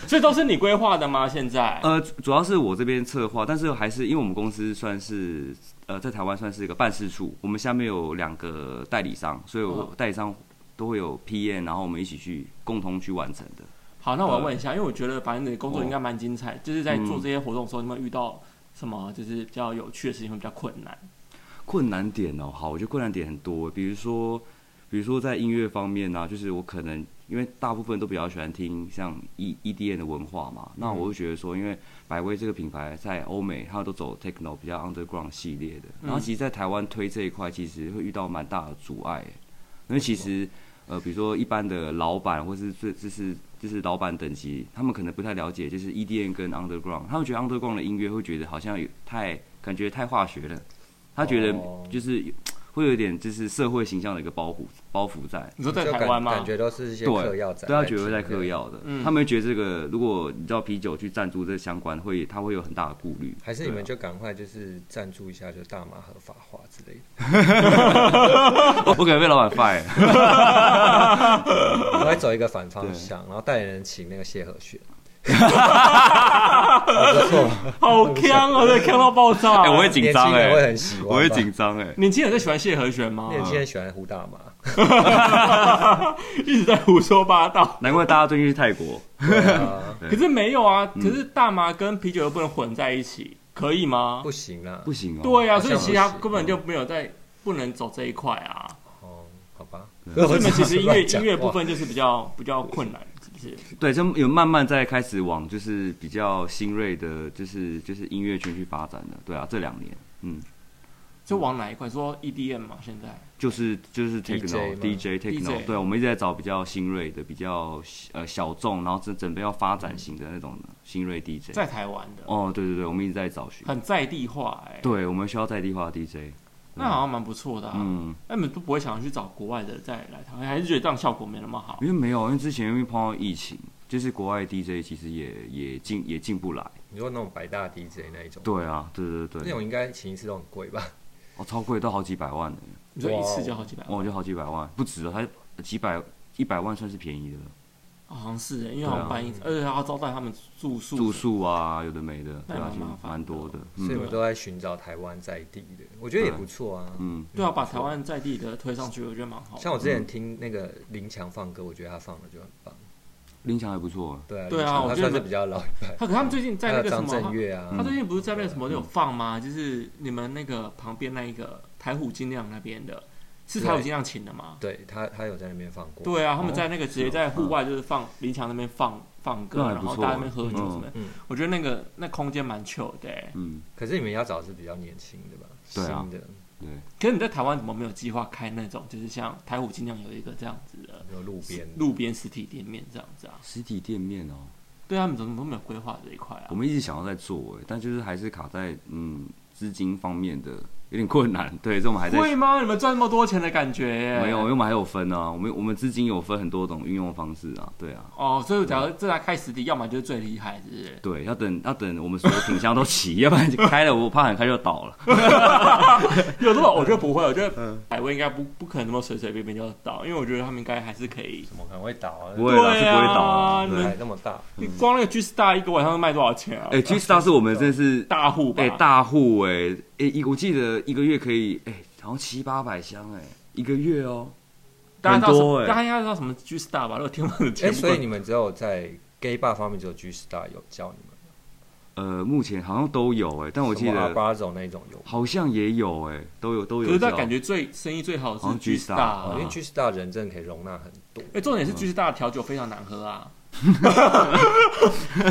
[SPEAKER 1] 所以都是你规划的吗？现在？
[SPEAKER 4] 呃，主主要是我这边策划，但是还是因为我们公司算是呃在台湾算是一个办事处，我们下面有两个代理商，所以我
[SPEAKER 1] 嗯
[SPEAKER 4] 代理商都会有 PM，然后我们一起去共同去完成的。
[SPEAKER 1] 好，那我要问一下，因为我觉得反正你的工作应该蛮精彩，就是在
[SPEAKER 4] 呃嗯
[SPEAKER 1] 做这些活动的时候，你有没有遇到什么就是比较有趣的事情，会比较困难？
[SPEAKER 4] 困难点哦，好，我觉得困难点很多，比如说，比如说在音乐方面呢、啊就是我可能因为大部分都比较喜欢听像 E E D N 的文化嘛，那我会觉得说，因为百威这个品牌在欧美它都走 techno 比较 underground 系列的，然后其实，在台湾推这一块其实会遇到蛮大的阻碍，因为其实。呃，比如说一般的老板，或是最就是就是老板等级，他们可能不太了解，就是 EDM 跟 Underground，他们觉得 Underground 的音乐会觉得好像有太感觉太化学了，他觉得
[SPEAKER 3] 哦
[SPEAKER 4] 就是有会有点就是社会形象的一个包袱包袱在。
[SPEAKER 1] 你说在
[SPEAKER 3] 就
[SPEAKER 1] 台
[SPEAKER 3] 感
[SPEAKER 1] 湾吗？
[SPEAKER 3] 感觉都是一些
[SPEAKER 4] 对，
[SPEAKER 3] 嗑
[SPEAKER 4] 对
[SPEAKER 3] 药仔，
[SPEAKER 4] 他觉得会在嗑，药的，
[SPEAKER 1] 嗯
[SPEAKER 4] 他们会觉得这个如果你知道啤酒去赞助这相关，会他会有很大的顾虑。
[SPEAKER 3] 还是你
[SPEAKER 4] 对啊
[SPEAKER 3] 们就赶快就是赞助一下，就大麻合法化之类的。
[SPEAKER 4] 我可能被老板 fire。
[SPEAKER 3] 我会走一个反方向， 然后代言人请那个谢和弦，
[SPEAKER 1] 好坑哦，对，坑到爆炸！
[SPEAKER 4] 哎，我会紧
[SPEAKER 3] 年
[SPEAKER 4] 张
[SPEAKER 3] 轻人会
[SPEAKER 4] 哎
[SPEAKER 3] 很，喜欢吧，
[SPEAKER 4] 我会紧张哎。
[SPEAKER 1] 年轻人在喜欢谢和弦 吗？
[SPEAKER 3] 年轻人喜欢胡大 麻，
[SPEAKER 1] 一直在胡说八道。
[SPEAKER 4] 难怪大家最近去泰国，
[SPEAKER 3] 对啊
[SPEAKER 4] 对
[SPEAKER 1] 可是没有啊，可是大麻跟啤酒又不能混在一起，可以吗？
[SPEAKER 3] 不行啦，
[SPEAKER 4] 不行哦。
[SPEAKER 1] 对啊，
[SPEAKER 3] 好像
[SPEAKER 1] 所以其实他
[SPEAKER 3] 不行
[SPEAKER 1] 根本就没有在不能走这一块啊。
[SPEAKER 3] 哦，好吧。
[SPEAKER 4] 嗯
[SPEAKER 1] 所以你们其实音乐
[SPEAKER 3] 乱讲
[SPEAKER 1] 音
[SPEAKER 3] 话
[SPEAKER 1] 乐部分就是比较比较困难，是不是？
[SPEAKER 4] 对，就有慢慢在开始往就是比较新锐的，就是就是音乐圈去发展的。对啊，这两年，嗯，
[SPEAKER 1] 就往哪一块？说 EDM 嘛，现在
[SPEAKER 4] 就是就是 techno
[SPEAKER 3] 吗
[SPEAKER 4] DJ techno，
[SPEAKER 1] DJ
[SPEAKER 4] 对，我们一直在找比较新锐的、比较呃小众，然后准准备要发展型的那种新锐 DJ。
[SPEAKER 1] 在台湾的，
[SPEAKER 4] 哦，对对对，我们一直在找寻。
[SPEAKER 1] 很在地化哎、
[SPEAKER 4] 对，我们需要在地化的 DJ。
[SPEAKER 1] 那好像蛮不错的、啊。
[SPEAKER 4] 嗯，
[SPEAKER 1] 那你们都不会想要去找国外的再来台湾，还是觉得这样效果没那么好？
[SPEAKER 4] 因为没有，因为之前因为碰到疫情，就是国外 DJ 其实也也进也进不来。
[SPEAKER 3] 你说那种百大 DJ 那一种，
[SPEAKER 4] 对啊，对对对
[SPEAKER 3] 那
[SPEAKER 4] 对，
[SPEAKER 3] 种应该请一次都很贵吧？
[SPEAKER 4] 哦，超贵，都好几百万呢。
[SPEAKER 1] 你说一次就好几百万，
[SPEAKER 4] 哦，就好几百万，不止哦，它几百一百万算是便宜的了，
[SPEAKER 1] 哦好像是、因为好像办一次，
[SPEAKER 3] 对啊
[SPEAKER 1] 而且还要招待他们住宿
[SPEAKER 4] 住宿啊，有的没的，
[SPEAKER 1] 那
[SPEAKER 4] 对啊
[SPEAKER 1] 蛮，
[SPEAKER 4] 其
[SPEAKER 1] 麻
[SPEAKER 4] 实
[SPEAKER 1] 烦
[SPEAKER 4] 蛮
[SPEAKER 1] 的
[SPEAKER 4] 多的。
[SPEAKER 3] 所以我
[SPEAKER 4] 嗯
[SPEAKER 3] 们都在寻找台湾在地的，我觉得也不错啊。
[SPEAKER 4] 嗯，
[SPEAKER 1] 对啊，把台湾在地的推上去，我觉得蛮好的。
[SPEAKER 3] 像我之前听那个林强放歌，我觉得他放的就很棒。
[SPEAKER 4] 林强还不错，
[SPEAKER 3] 对啊，
[SPEAKER 1] 对啊
[SPEAKER 3] 林强
[SPEAKER 1] 我
[SPEAKER 3] 他
[SPEAKER 1] 觉得
[SPEAKER 3] 算是比较老一辈。
[SPEAKER 1] 他可他们最近 在
[SPEAKER 3] 还
[SPEAKER 1] 那
[SPEAKER 3] 有
[SPEAKER 1] 个什
[SPEAKER 3] 张
[SPEAKER 1] 么，
[SPEAKER 3] 震岳啊
[SPEAKER 1] 他，他最近不是在那个什么有放吗？就是你们那个旁边那一个台虎精酿那边的，是台虎精酿请的吗？
[SPEAKER 3] 对他他有在那边放过。
[SPEAKER 1] 对啊，他们在那个直接在户外就是放林强那边放放歌，
[SPEAKER 4] 那还
[SPEAKER 1] 然
[SPEAKER 4] 不
[SPEAKER 1] 后
[SPEAKER 4] 错
[SPEAKER 1] 大家那边喝酒什么的
[SPEAKER 3] 啊嗯嗯，
[SPEAKER 1] 我觉得那个那空间蛮 chill 的欸。
[SPEAKER 4] 嗯，
[SPEAKER 3] 可是你们要找的是比较年轻的吧？
[SPEAKER 4] 对啊
[SPEAKER 3] 新的
[SPEAKER 4] 对，
[SPEAKER 1] 可是你在台湾怎么没有计划开那种，就是像台虎精酿有一个这样子的
[SPEAKER 3] 有路边
[SPEAKER 1] 路边实体店面这样子啊？
[SPEAKER 4] 实体店面哦，
[SPEAKER 1] 对啊，他们怎么都没有规划这一块啊
[SPEAKER 4] 我？们一直想要在做，哎但就是还是卡在嗯资金方面的有点困 难，对，这我们还在。
[SPEAKER 1] 会吗？你们赚那么多钱的感觉耶？
[SPEAKER 4] 没有，因为我们还有分啊，我们我们资金有分很多种运用方式啊，对啊，
[SPEAKER 1] 哦，所以假如这台开实体，要么就是最厉害，是不 是？
[SPEAKER 4] 对，啊要等要等我们所有品相都齐， 要不然开了我怕很快就倒了。
[SPEAKER 1] 有这么我觉得不会，我觉得
[SPEAKER 4] 嗯
[SPEAKER 1] 百威应该不不可能那么随随便便就倒，因为我觉得他们应该还是可以。
[SPEAKER 3] 怎么可能会倒啊？
[SPEAKER 4] 不会啦，
[SPEAKER 1] 对啊
[SPEAKER 4] 是不会倒啊。
[SPEAKER 1] 你
[SPEAKER 4] 对，
[SPEAKER 3] 海那么大，
[SPEAKER 1] 你光那个 G Star 一个晚上卖多少钱啊？
[SPEAKER 4] 哎，G Star 是我们真是
[SPEAKER 1] 大户吧？
[SPEAKER 4] 哎、大户哎、哎、一我记得一个月可以哎、好像七八百箱哎、一个月哦、
[SPEAKER 1] 大家知道什
[SPEAKER 4] 很多
[SPEAKER 1] 么
[SPEAKER 4] 欸
[SPEAKER 1] 大家应该知道什么 G Star 吧？如果听我们的节
[SPEAKER 3] 哎，
[SPEAKER 1] 目，
[SPEAKER 3] 所以你们只有在 gay bar 方面只有 G Star 有教你们，
[SPEAKER 4] 呃，目前好像都有哎、但我记
[SPEAKER 3] 什么
[SPEAKER 4] 得
[SPEAKER 3] Abrazo 那一种有，
[SPEAKER 4] 好像也有哎、都有都有
[SPEAKER 1] 可
[SPEAKER 4] 叫。
[SPEAKER 1] 是他感觉最生意最好的
[SPEAKER 4] 好
[SPEAKER 1] 是
[SPEAKER 4] 像
[SPEAKER 1] G
[SPEAKER 4] G
[SPEAKER 1] Star，
[SPEAKER 4] Star，嗯
[SPEAKER 1] 啊
[SPEAKER 3] 因为 G Star 人真的可以容纳很多。
[SPEAKER 1] 哎、重点是巨石大的调酒非常难喝啊。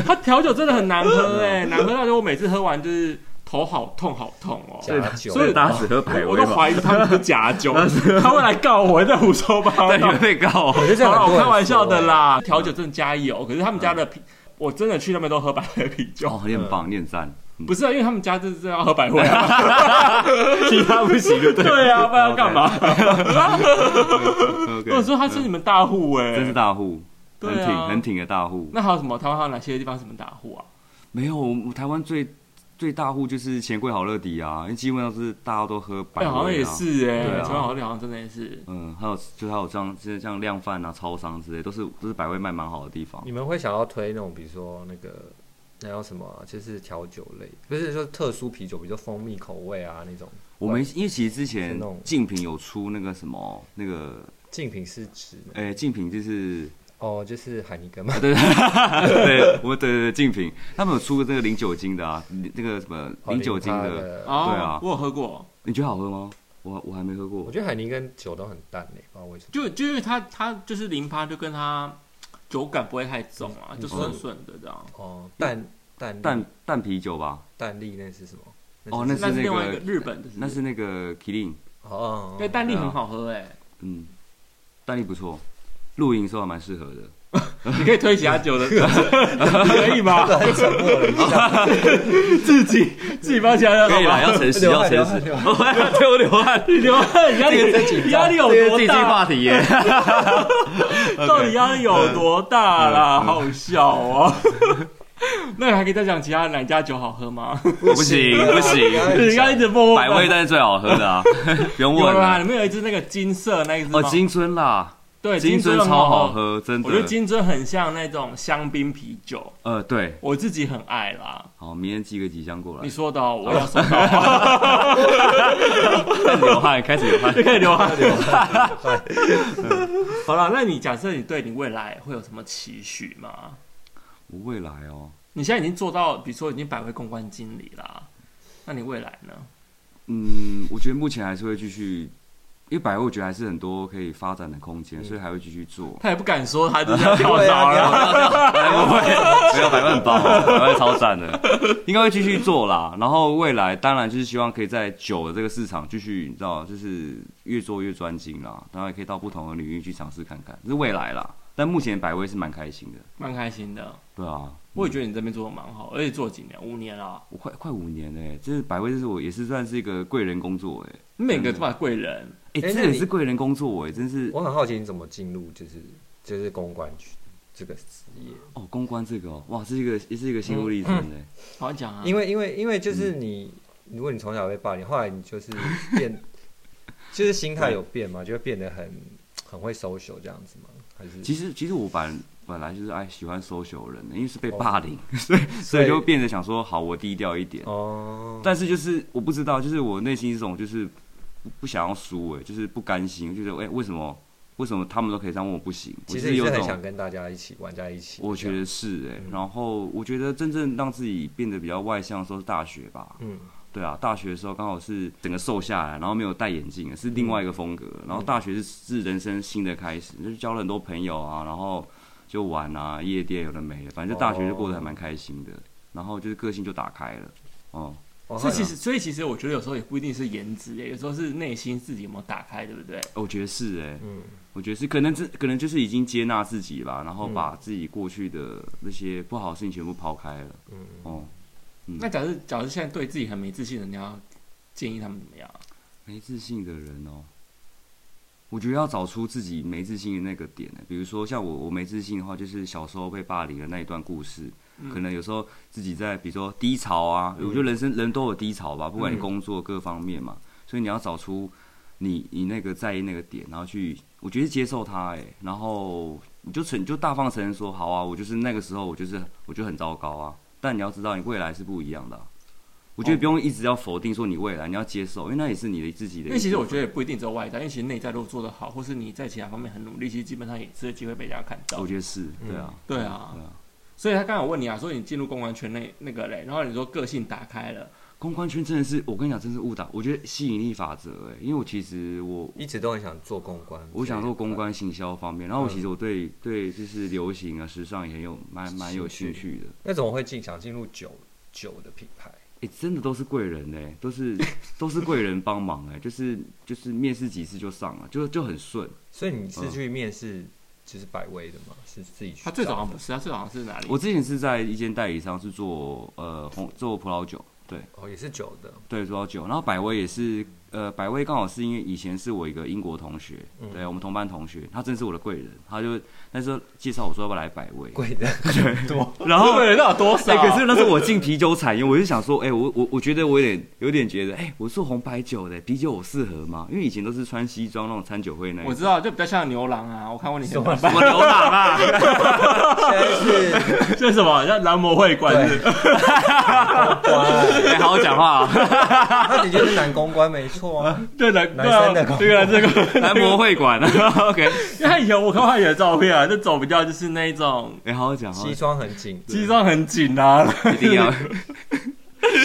[SPEAKER 1] 它调酒真的很难喝哎、难喝到就我每次喝完就是头好痛好痛哦、
[SPEAKER 3] 假酒，
[SPEAKER 1] 所以
[SPEAKER 4] 大家只喝百
[SPEAKER 1] 我
[SPEAKER 4] 威
[SPEAKER 1] 都
[SPEAKER 4] 嘛，
[SPEAKER 1] 怀疑他们是假酒， 他会来告我在胡说八
[SPEAKER 4] 对，你
[SPEAKER 1] 道
[SPEAKER 4] 会。被 告、
[SPEAKER 3] 我
[SPEAKER 4] 哦。
[SPEAKER 3] 觉得这
[SPEAKER 1] 好
[SPEAKER 3] 样
[SPEAKER 1] 啦
[SPEAKER 3] 很
[SPEAKER 1] 我
[SPEAKER 3] 多人
[SPEAKER 1] 开玩笑的
[SPEAKER 3] 说
[SPEAKER 1] 啦，调酒真的加油，可是他们家的啤，我真的去那边都喝百威啤酒，
[SPEAKER 4] 哦你很棒，你很赞。嗯
[SPEAKER 1] 不是、啊、因为他们家就是要喝百威啊，
[SPEAKER 4] 其他不行的，对
[SPEAKER 1] 对啊，不然要干 嘛？
[SPEAKER 4] OK，
[SPEAKER 1] 或者说他是你们大户哎、
[SPEAKER 4] 嗯真是大户，
[SPEAKER 1] 对
[SPEAKER 4] 很
[SPEAKER 1] 啊
[SPEAKER 4] 挺很挺的大户。
[SPEAKER 1] 那还有什么？台湾还有哪些地方是你们大户啊？
[SPEAKER 4] 没有，我们台湾最最大户就是钱柜好乐迪啊，因为基本上是大家都喝百
[SPEAKER 1] 哎、
[SPEAKER 4] 威、啊
[SPEAKER 1] 好像也是哎、
[SPEAKER 4] 对
[SPEAKER 1] 欸，
[SPEAKER 4] 啊
[SPEAKER 1] 陈好像好像真的也是。
[SPEAKER 4] 嗯，还有就是还有这样，就是像量贩啊、超商之类，都是都是百味卖蛮好的地方
[SPEAKER 3] 你。们会想要推那种，比如说那个那叫什么啊、就是调酒类，不是说特殊啤酒，比如说蜂蜜口味啊那种。
[SPEAKER 4] 我们因为其实之前
[SPEAKER 3] 是那种
[SPEAKER 4] 竞品有出那个什么那个，
[SPEAKER 3] 竞品是指呢
[SPEAKER 4] 诶、竞品就是
[SPEAKER 3] 哦，就是海尼根嘛，
[SPEAKER 4] 对对，我对对对竞品，他们有出这个零酒精的啊，那个什么
[SPEAKER 3] 哦
[SPEAKER 4] 零酒精
[SPEAKER 3] 趴
[SPEAKER 4] 的，
[SPEAKER 3] 的。
[SPEAKER 1] 哦，
[SPEAKER 4] 对啊
[SPEAKER 1] 我有喝过，
[SPEAKER 4] 你觉得好喝吗？我我还没喝
[SPEAKER 3] 我
[SPEAKER 4] 过，
[SPEAKER 3] 觉得海尼根酒都很淡嘞、不知道为什么。
[SPEAKER 1] 就就因为它它就是零趴，就跟它酒感不会太重啊，
[SPEAKER 4] 嗯
[SPEAKER 1] 就顺顺的这样。
[SPEAKER 3] 哦，淡淡
[SPEAKER 4] 淡
[SPEAKER 3] 淡
[SPEAKER 4] 淡啤酒吧，
[SPEAKER 3] 淡丽那是什么？
[SPEAKER 4] 哦
[SPEAKER 3] 那
[SPEAKER 4] 那
[SPEAKER 3] 是
[SPEAKER 4] 是
[SPEAKER 1] 那是另外一
[SPEAKER 4] 那
[SPEAKER 1] 个
[SPEAKER 4] 个
[SPEAKER 1] 日本的，
[SPEAKER 4] 那是啊那个 Killing，
[SPEAKER 3] 哦哦，哦
[SPEAKER 1] 对蛋力很好喝哎、
[SPEAKER 4] 嗯，淡力不错，露营的时候还蛮适合的。
[SPEAKER 1] 你可以推其他酒的，可以吗？
[SPEAKER 3] 沉默了一下，
[SPEAKER 1] 自己自己帮其他人
[SPEAKER 4] 可以啦，
[SPEAKER 1] 好
[SPEAKER 4] 要
[SPEAKER 1] 吗？
[SPEAKER 4] 诚 实，
[SPEAKER 3] 流
[SPEAKER 4] 要
[SPEAKER 3] 汗
[SPEAKER 4] 诚实。
[SPEAKER 3] 流汗
[SPEAKER 4] 我要 对我流 汗，
[SPEAKER 1] 你流汗压力压啊力有
[SPEAKER 4] 这是
[SPEAKER 1] 多
[SPEAKER 4] 竞技
[SPEAKER 1] 大？
[SPEAKER 4] 话 题耶。
[SPEAKER 1] 到底压力有多大啦？好笑哦！
[SPEAKER 4] 嗯
[SPEAKER 1] 那你还可以再讲其他哪家酒好喝吗？
[SPEAKER 4] 不行不行，
[SPEAKER 1] 你刚一 直默默
[SPEAKER 4] 百味但是最好喝的啊， 不用
[SPEAKER 1] 有
[SPEAKER 4] 问
[SPEAKER 1] 啦，
[SPEAKER 4] 了。
[SPEAKER 1] 里面有一只那个金色那一只吗
[SPEAKER 4] 哦，金樽啦，
[SPEAKER 1] 对
[SPEAKER 4] 金
[SPEAKER 1] 樽很
[SPEAKER 4] 樽超好
[SPEAKER 1] 好。
[SPEAKER 4] 喝，真的
[SPEAKER 1] 我觉。得金樽很像那种香槟啤酒，
[SPEAKER 4] 呃，对，
[SPEAKER 1] 我自己很爱啦。
[SPEAKER 4] 好，明天寄个几箱过来
[SPEAKER 1] 你。说的哦，我要收到，
[SPEAKER 4] 开始流 汗，开始流汗
[SPEAKER 1] 就。可以流汗。 好了，那你假设你对你未来会有什么期许吗？
[SPEAKER 4] 我未来哦，
[SPEAKER 1] 你现在已经做到，比如说已经百位公关经理啦，那你未来呢？
[SPEAKER 4] 嗯，我觉得目前还是会继续。因为百味，我觉得还是很多可以发展的空间，所以还会继续 做。
[SPEAKER 1] 他也不敢说，他就是要跳槽
[SPEAKER 3] 对啊
[SPEAKER 1] 了。
[SPEAKER 4] 不会，没有百万包，哦 百万超赞的，应该会继续做啦。然后未来当然就是希望可以在酒的这个市场继续，你知道，就是越做越专精啦。当然也可以到不同的领域去尝试看看，这是未来啦。但目前百威是蛮开心的，
[SPEAKER 1] 蛮开心的。
[SPEAKER 4] 对啊，
[SPEAKER 1] 我也觉得你这边做的蛮好，而且做了几年，五年啊啦。
[SPEAKER 4] 我快快五年嘞、欸，这是百威，这是我也是算是一个贵人工作哎、欸。
[SPEAKER 1] 你每个都把贵人，
[SPEAKER 3] 欸
[SPEAKER 4] 哎、这
[SPEAKER 3] 那
[SPEAKER 4] 也
[SPEAKER 3] 你
[SPEAKER 4] 是贵人工作哎、真是
[SPEAKER 3] 我很好奇你怎么进入就是就是公关局这个职业，
[SPEAKER 4] 哦，公关这个、哦、哇，是一个也是一个心路历程
[SPEAKER 3] 嗯
[SPEAKER 4] 哎、
[SPEAKER 1] 好好讲啊。
[SPEAKER 3] 因为因为因为就是
[SPEAKER 4] 嗯
[SPEAKER 3] 你，如果你从小被霸凌，后来你就是变，就是心态有变嘛，就会变得很很会 social 这样子嘛，还是
[SPEAKER 4] 其
[SPEAKER 3] 实
[SPEAKER 4] 实其实我本本来就是爱喜欢 social 人的，因为是被
[SPEAKER 3] 哦
[SPEAKER 4] 霸凌， 所以所以就变得想说，好，我低调一点。
[SPEAKER 3] 哦，
[SPEAKER 4] 但是就是我不知道，就是我内心这种就是不不想要输，哎，就是不甘心，就是哎、为什么为什么他们都可以这样问我不行？我
[SPEAKER 3] 其
[SPEAKER 4] 就
[SPEAKER 3] 实你
[SPEAKER 4] 有
[SPEAKER 3] 是
[SPEAKER 4] 一
[SPEAKER 3] 很
[SPEAKER 4] 种
[SPEAKER 3] 想跟大家一起玩在一起，
[SPEAKER 4] 我觉
[SPEAKER 3] 这
[SPEAKER 4] 得
[SPEAKER 3] 样
[SPEAKER 4] 是哎、
[SPEAKER 3] 嗯
[SPEAKER 4] 然后我觉得真正让自己变得比较外向的时候是大学吧，
[SPEAKER 3] 嗯，
[SPEAKER 4] 对啊，大学的时候刚好是整个瘦下来，然后没有戴眼镜，是另外一个风格。然后大学是是人生新的开始，就是交了很多朋友啊，然后就玩啊，夜店有的没的，反正就大学就过得还蛮开心的。然后就是个性就打开了，哦、
[SPEAKER 3] 哦
[SPEAKER 1] 所以
[SPEAKER 3] 后来
[SPEAKER 1] 其实，所以其实我觉得有时候也不一定是颜值耶，有时候是内心自己有没有打开，对不对？
[SPEAKER 4] 我觉得是哎、
[SPEAKER 3] 嗯，
[SPEAKER 4] 我觉得是可能这可能就是已经接纳自己吧，然后把自己过去的那些不好的事情全部抛开了，
[SPEAKER 3] 嗯
[SPEAKER 4] 哦、嗯
[SPEAKER 1] 那假设假设现在对自己很没自信的，你要建议他们怎么样？
[SPEAKER 4] 没自信的人哦，我觉得要找出自己没自信的那个点呢。欸比如说像我，我没自信的话，就是小时候被霸凌的那一段故事，
[SPEAKER 1] 嗯
[SPEAKER 4] 可能有时候自己在比如说低潮啊，我觉得人生人都有低潮吧，不管你
[SPEAKER 3] 嗯
[SPEAKER 4] 工作各方面嘛，所以你要找出你你那个在意那个点，然后去，我觉得接受它，哎，然后你就承你就大方承认说，好啊，我就是那个时候我就是我就很糟糕啊，但你要知道你未来是不一样的啊、我
[SPEAKER 1] 哦
[SPEAKER 4] 觉得不用一直要否定说你未来，你要接受，因为那也是你的自己的一部分。
[SPEAKER 1] 因为其实我觉得也不一定只有外在，因为其实内在如果做得好，或是你在其他方面很努力，其实基本上也是有机会被人家看到
[SPEAKER 4] 我。觉得是对啊，
[SPEAKER 1] 对啊
[SPEAKER 4] 对啊，
[SPEAKER 1] 所以他刚好问你啊，说你进入公关圈那那个嘞，然后你说个性打开了，
[SPEAKER 4] 公关圈真的是，我跟你讲，真是误导。我觉得吸引力法则，哎，因为我其实我
[SPEAKER 3] 一直都很想做公关，
[SPEAKER 4] 我想做公关行销方面，然
[SPEAKER 3] 嗯
[SPEAKER 4] 后我其实我对对就是流行啊、时尚也很有蛮蛮有兴趣的。
[SPEAKER 3] 那种会进想进入酒酒的品牌，
[SPEAKER 4] 哎，真的都是贵人哎、都是都是贵人帮忙哎、就是就是面试几次就上了，就就很顺。
[SPEAKER 3] 所以你是
[SPEAKER 4] 嗯
[SPEAKER 3] 去面试就是百威的嘛，是自己去
[SPEAKER 1] 他最早
[SPEAKER 3] 找
[SPEAKER 1] 好像不是，他最早好像是哪里？
[SPEAKER 4] 我之前是在一间代理商是做呃红做葡萄酒，
[SPEAKER 3] 哦，也是酒 的，
[SPEAKER 4] 对，主要酒。然后百威也是，呃，百威刚好是因为以前是我一个英国同学，
[SPEAKER 3] 嗯
[SPEAKER 4] 对我们同班同学，他真是我的贵人，他就那时候介绍我说要不要来百威，
[SPEAKER 3] 贵的 多。
[SPEAKER 4] 然后
[SPEAKER 1] 日本人到底多少？
[SPEAKER 4] 哎、可是那时 候我进啤酒产业，我就想说，哎、我我我觉得我有点有点觉得，哎、我做红白酒的啤酒我适合吗？因为以前都是穿西装那种餐酒会那
[SPEAKER 1] 我
[SPEAKER 4] 种。
[SPEAKER 1] 知道，就比较像牛郎啊。我看过你什么？
[SPEAKER 4] 什么牛郎啊？
[SPEAKER 3] 现在 是
[SPEAKER 1] 这是什么？像男模会馆是不是？
[SPEAKER 3] 哇，
[SPEAKER 4] 哎、好好讲话啊！
[SPEAKER 3] 那的确是男公关没错啊。
[SPEAKER 1] 对男
[SPEAKER 3] 男生的
[SPEAKER 1] 对啊，对啊这个
[SPEAKER 4] 男模会馆啊，OK。
[SPEAKER 1] 因为他以前我看过他以前的照片啊，就走比较就是那一种
[SPEAKER 4] 哎、 好好讲话
[SPEAKER 3] 西，装很紧，
[SPEAKER 1] 西装很紧 啊。
[SPEAKER 4] 一定要。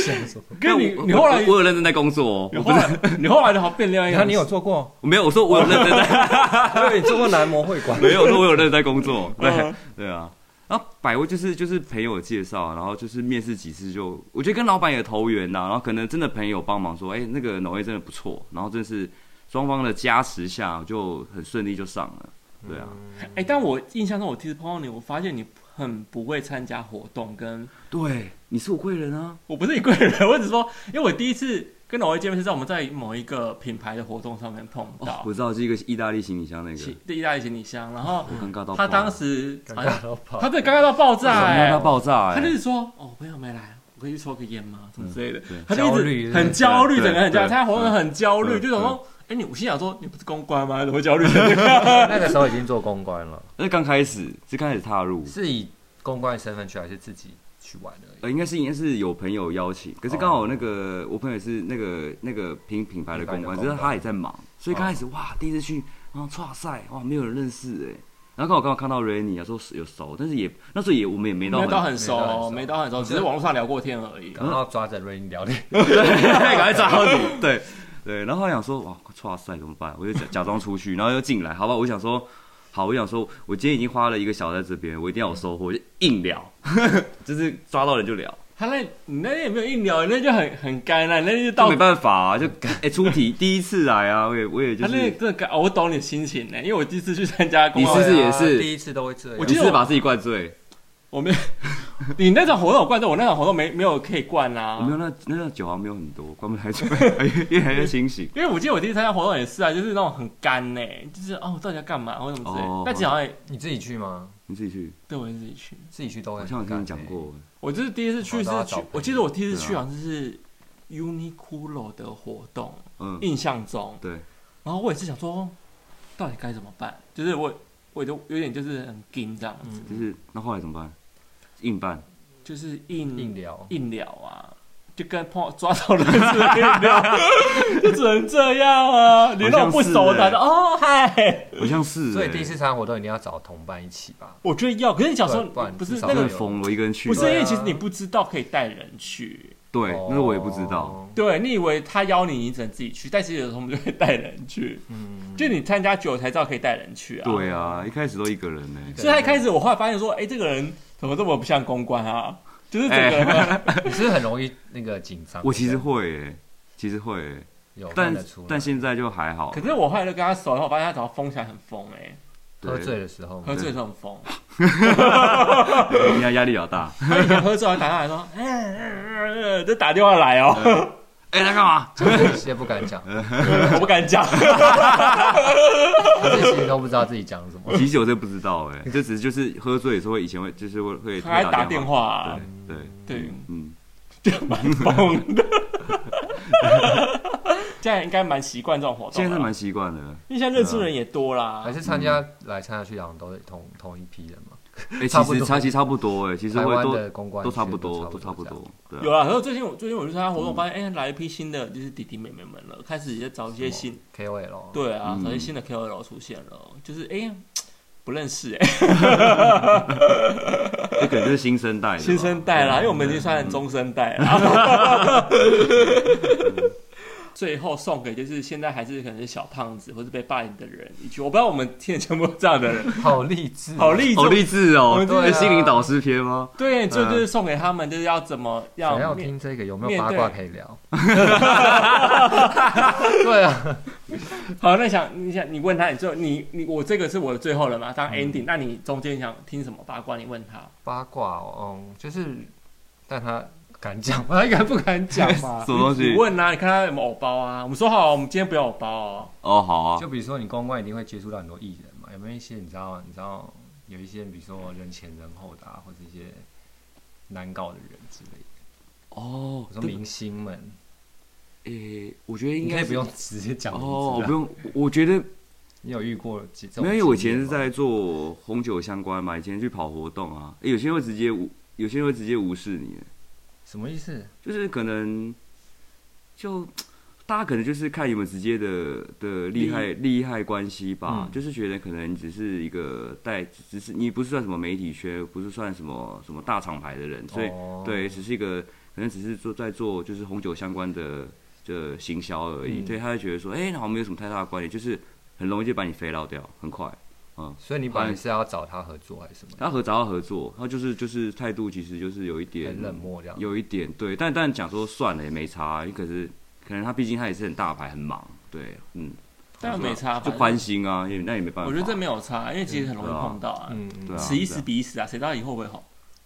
[SPEAKER 3] 想什么？
[SPEAKER 1] 跟你
[SPEAKER 4] 但我
[SPEAKER 1] 你后来
[SPEAKER 4] 我我有认真在工作哦，
[SPEAKER 1] 你
[SPEAKER 4] 我
[SPEAKER 1] 后来你后来就好变另外一
[SPEAKER 3] 你
[SPEAKER 1] 个
[SPEAKER 3] 看你有做过？
[SPEAKER 4] 我没有我说我有认真在，。
[SPEAKER 3] 我以为你做过男模会馆
[SPEAKER 4] 没有我说我有认真在工作，对
[SPEAKER 1] 嗯
[SPEAKER 4] 对啊。然后百威就是就是朋友介绍，然后就是面试几次就，我觉得跟老板也投缘呐、然后可能真的朋友帮忙说，哎、那个农业真的不错，然后真是双方的加持下就很顺利就上了，对啊，
[SPEAKER 1] 哎、但我印象中，我第一次碰到你，我发现你很不会参加活动跟，
[SPEAKER 4] 对，你是我贵人啊，
[SPEAKER 1] 我不是你贵人，我只是说，因为我第一次跟老魏见面是在我们在某一个品牌的活动上面碰
[SPEAKER 4] 哦
[SPEAKER 1] 到，，
[SPEAKER 4] 我知道是一个意大利行李箱那个
[SPEAKER 1] 行，对意大利行李箱，然后
[SPEAKER 4] 我尴嗯尬到
[SPEAKER 1] 他
[SPEAKER 4] 爆
[SPEAKER 1] 当时
[SPEAKER 3] 尴
[SPEAKER 1] 好像
[SPEAKER 3] 尬到跑
[SPEAKER 1] 他。对尴尬到爆炸、
[SPEAKER 4] 想
[SPEAKER 1] 哎
[SPEAKER 4] 让他爆炸、
[SPEAKER 1] 他就
[SPEAKER 4] 哎，嗯
[SPEAKER 1] 是说，哦，我朋友没来，我可以去抽个烟吗？什么之类的，
[SPEAKER 4] 对
[SPEAKER 1] 他就
[SPEAKER 3] 焦
[SPEAKER 1] 一
[SPEAKER 3] 虑
[SPEAKER 1] 直很焦虑，
[SPEAKER 4] 对
[SPEAKER 1] 整个很焦虑，
[SPEAKER 4] 对
[SPEAKER 1] 参加活动很焦虑，就
[SPEAKER 4] 对
[SPEAKER 1] 想说，哎、你我心想说，你不是公关吗？怎么会焦虑成这样？
[SPEAKER 3] 那个时候已经做公关了，
[SPEAKER 4] 那刚开始是刚开始踏入，
[SPEAKER 3] 是以公关的身份去，还是自己去玩而
[SPEAKER 4] 呃，应该是应该是有朋友邀请，可是刚好那个、我朋友是那个那个品品牌的公关，
[SPEAKER 3] 品牌的公关
[SPEAKER 4] 只是他也在忙，所以刚开始、哇，第一次去啊，哇赛哇，没有人认识哎、然后刚好刚好看到 Rainy 啊，说有熟，但是也那时候也我们也没到
[SPEAKER 1] 没
[SPEAKER 4] 很，
[SPEAKER 1] 到很
[SPEAKER 3] 没到很
[SPEAKER 1] 熟，
[SPEAKER 3] 熟
[SPEAKER 1] 没到很熟，只是网络上聊过天而已
[SPEAKER 3] 已？。然后抓着瑞聊天，
[SPEAKER 4] 对，赶快找到你，对对，然后他想说哇，哇赛怎么办？我就假假装出去，然后又进来，好吧，我想说。好，我想说，我今天已经花了一个小时在这边，我一定要有收获，我就硬聊， 就是抓到人就聊，
[SPEAKER 1] 他那，你那天也没有硬聊，你那就很很干啊了，你那就
[SPEAKER 4] 就
[SPEAKER 1] 到
[SPEAKER 4] 没办法啊，就哎、出题第一次来啊，我也我也就
[SPEAKER 1] 他
[SPEAKER 4] 是
[SPEAKER 1] 那真的干，哦我懂你的心情呢、因为我第一次去参加公
[SPEAKER 4] 你
[SPEAKER 1] 司，
[SPEAKER 4] 是不是也是
[SPEAKER 3] 对啊第一次都会这样？
[SPEAKER 1] 我
[SPEAKER 4] 你
[SPEAKER 1] 记
[SPEAKER 4] 是
[SPEAKER 1] 得
[SPEAKER 4] 不是把自己灌醉，
[SPEAKER 1] 我没有，你那场活动有灌醉，我那场活动没没有可以啊灌啦、
[SPEAKER 4] 我没有那那那酒好像没有很多，灌不太醉， 越越来越清醒。
[SPEAKER 1] 因为我记得我第一次参加活动也是啊，就是那种很干呢、就是哦，我到底要干嘛或者什么之类的
[SPEAKER 4] 哦
[SPEAKER 1] 但其实好像也
[SPEAKER 3] 你自己去吗？
[SPEAKER 4] 你自己去，
[SPEAKER 1] 对我也自己去，
[SPEAKER 3] 自己去都会
[SPEAKER 4] 好
[SPEAKER 3] 很
[SPEAKER 4] 像我听你
[SPEAKER 3] 尴
[SPEAKER 4] 讲
[SPEAKER 3] 尬欸。
[SPEAKER 4] 过，
[SPEAKER 1] 我就是第一次去
[SPEAKER 3] 哦
[SPEAKER 1] 是
[SPEAKER 3] 大家找
[SPEAKER 1] 去
[SPEAKER 3] 朋友，
[SPEAKER 1] 我记得我第一次去
[SPEAKER 4] 对啊
[SPEAKER 1] 好像是 Uniqlo 的活动，
[SPEAKER 4] 嗯，
[SPEAKER 1] 印象中，
[SPEAKER 4] 对，
[SPEAKER 1] 然后我也是想说，哦到底该怎么办？就是我，我就有点就是很紧这样子，
[SPEAKER 4] 就
[SPEAKER 3] 嗯，
[SPEAKER 4] 是那后来怎么办？硬办，
[SPEAKER 1] 就是硬
[SPEAKER 3] 硬聊，
[SPEAKER 1] 硬聊啊，就跟碰到抓到人是硬聊， 就只能这样啊。你那种不熟的，
[SPEAKER 4] 好像是欸
[SPEAKER 1] 哦嗨，
[SPEAKER 4] 好像是、欸，
[SPEAKER 3] 所以第一次参加活动一定要找同伴一起吧。
[SPEAKER 1] 我觉得要，可是你小时候
[SPEAKER 3] 不然
[SPEAKER 1] 不是
[SPEAKER 3] 至少
[SPEAKER 1] 那
[SPEAKER 4] 真
[SPEAKER 1] 个
[SPEAKER 4] 的疯了，我一个人去，
[SPEAKER 1] 不是
[SPEAKER 4] 对
[SPEAKER 1] 因
[SPEAKER 3] 对啊
[SPEAKER 1] 为其实你不知道可以带人去，
[SPEAKER 4] 对，那是我也不知道，
[SPEAKER 3] 哦。
[SPEAKER 1] 对你以为他邀你，你只能自己去，但其实有时候我们就会带人去，
[SPEAKER 3] 嗯，
[SPEAKER 1] 就你参加久了才知道可以带人去啊。
[SPEAKER 4] 对啊，一开始都一个人呢、
[SPEAKER 3] 对
[SPEAKER 1] 所以他一开始我后来发现说，哎、这个人怎么这么不像公关啊？就是整个人、
[SPEAKER 4] 哎
[SPEAKER 3] 你是不是很容易那个紧张。
[SPEAKER 4] 我其实会、欸，其实会、欸，
[SPEAKER 3] 有看
[SPEAKER 4] 但
[SPEAKER 3] 得出来，
[SPEAKER 4] 但现在就还好。
[SPEAKER 1] 可是我后来就跟他熟了，我发现他早上疯起来很疯哎、
[SPEAKER 4] 对
[SPEAKER 3] 喝醉的时候
[SPEAKER 1] 喝醉的时候很疯。
[SPEAKER 4] 人家压力比较大。
[SPEAKER 1] 他以前喝醉还打电话来说，哎哎哎哎就打电话来哦，
[SPEAKER 4] 哎、他干嘛？
[SPEAKER 3] 现在不敢 讲，
[SPEAKER 4] 哎
[SPEAKER 1] 我不敢讲。
[SPEAKER 3] 他自己都不知道自己讲什么。
[SPEAKER 4] 其实我真不知道哎、欸，就只是就是喝醉的时候，以前会就是会会
[SPEAKER 1] 他还打电
[SPEAKER 4] 电
[SPEAKER 1] 话啊，
[SPEAKER 4] 对对
[SPEAKER 1] 对，
[SPEAKER 4] 嗯，
[SPEAKER 1] 就蛮疯 的。现在应该蛮习惯这种活动了，啊
[SPEAKER 4] 现在是蛮习惯的。
[SPEAKER 1] 因为现在认识的人也多啦
[SPEAKER 3] 还。是参加来参加去，好像都是 同同一批人嘛。
[SPEAKER 4] 哎、
[SPEAKER 3] 差
[SPEAKER 4] 其
[SPEAKER 3] 不多
[SPEAKER 4] 实差其实差不多哎、其实
[SPEAKER 3] 台
[SPEAKER 4] 会
[SPEAKER 3] 湾
[SPEAKER 4] 都
[SPEAKER 3] 的公关
[SPEAKER 4] 都差不
[SPEAKER 3] 圈
[SPEAKER 4] 多，
[SPEAKER 3] 都
[SPEAKER 4] 都
[SPEAKER 3] 差
[SPEAKER 4] 差
[SPEAKER 3] 不
[SPEAKER 4] 不
[SPEAKER 3] 多
[SPEAKER 4] 多。对
[SPEAKER 1] 有
[SPEAKER 4] 啊，
[SPEAKER 1] 啦，然后最近我最近我去参加活动，我发现哎、来一批新的就是弟弟妹妹们了，开始也在找一些新
[SPEAKER 3] KOL，，
[SPEAKER 1] 对啊，
[SPEAKER 4] 嗯
[SPEAKER 1] 找一些新的 KOL 出现了，就是哎、不认识哎、
[SPEAKER 4] 啊这可能就是新生代的吧，啊
[SPEAKER 1] 新生代啦，因为我们
[SPEAKER 4] 嗯
[SPEAKER 1] 已经算中生代啦。 最后送给就是现在还是可能是小胖子或是被霸凌的人一句，我不知道我们听的全部这样的人，
[SPEAKER 3] 好励志，啊
[SPEAKER 1] 好励
[SPEAKER 4] 好
[SPEAKER 1] 志。
[SPEAKER 4] 励志
[SPEAKER 1] 我
[SPEAKER 4] 哦
[SPEAKER 1] 们！
[SPEAKER 3] 真的
[SPEAKER 4] 这是心灵导师 篇吗？
[SPEAKER 1] 对，就就是送给他们，就是要怎么
[SPEAKER 3] 想要
[SPEAKER 1] 样面
[SPEAKER 3] 听这个有没
[SPEAKER 1] 啊面
[SPEAKER 3] 有八
[SPEAKER 1] 对
[SPEAKER 3] 卦可以 聊？对啊，
[SPEAKER 1] 好，那想你想你问他，你就你你我这个是我的最后了嘛，
[SPEAKER 4] 嗯
[SPEAKER 1] 当 ending、那你中间想听什么八卦，你问他。
[SPEAKER 3] 八卦哦，嗯，就是，但他敢讲吗？应该不敢讲 吧
[SPEAKER 4] 什？么东西
[SPEAKER 1] 你？问啊，你看他有没有偶包啊？我们说好，我们今天不要偶包哦。
[SPEAKER 4] 哦，好啊
[SPEAKER 3] 就，比如说你公关一定会接触到很多艺人嘛，有没有一些你知道你知道有一些比如说人前人后的、啊，或者一些难搞的人之类的，
[SPEAKER 4] 哦
[SPEAKER 3] 我，说
[SPEAKER 4] 对
[SPEAKER 3] 明星们，
[SPEAKER 4] 诶，我觉得应
[SPEAKER 3] 你可
[SPEAKER 4] 该
[SPEAKER 3] 以
[SPEAKER 4] 是
[SPEAKER 3] 不用直接讲名字啊
[SPEAKER 4] 哦，不，用，我我觉得
[SPEAKER 3] 你有遇过几这种经验
[SPEAKER 4] 没
[SPEAKER 3] 吗？
[SPEAKER 4] 有，因为我以前是在做红酒相关嘛，以前去跑活动啊，诶有些人会直接无，有些人会直接无视你，欸
[SPEAKER 3] 什么意思？
[SPEAKER 4] 就是可能就大家可能就是看有没有直接的的利害利害关系吧，
[SPEAKER 3] 嗯
[SPEAKER 4] 就是觉得可能你只是一个带，只是你不是算什么媒体圈，不是算什么什么大厂牌的人，所以、
[SPEAKER 3] 哦
[SPEAKER 4] 对，只是一个可能只是做在做就是红酒相关的的行销而已，
[SPEAKER 3] 嗯
[SPEAKER 4] 所以他就觉得说，哎、那好像没有什么太大的关联，就是很容易就把你飞捞掉，很快。嗯，
[SPEAKER 3] 所以你本来是要找他合作还是什么？
[SPEAKER 4] 他和找到合作，他就是就是态度，其实就是有一点
[SPEAKER 3] 很冷漠这样。
[SPEAKER 4] 嗯有一点对，但但讲说算了也没差，啊可是可能他毕竟他也是很大牌，很忙，对，嗯，
[SPEAKER 1] 但没差，
[SPEAKER 4] 就宽心啊，也那也没办法。
[SPEAKER 1] 我觉得这没有差，因为其实很容易
[SPEAKER 4] 对啊
[SPEAKER 1] 碰到啊。
[SPEAKER 3] 嗯嗯
[SPEAKER 4] 对啊，
[SPEAKER 1] 此一时彼一时啊，谁知道以后会不会 好？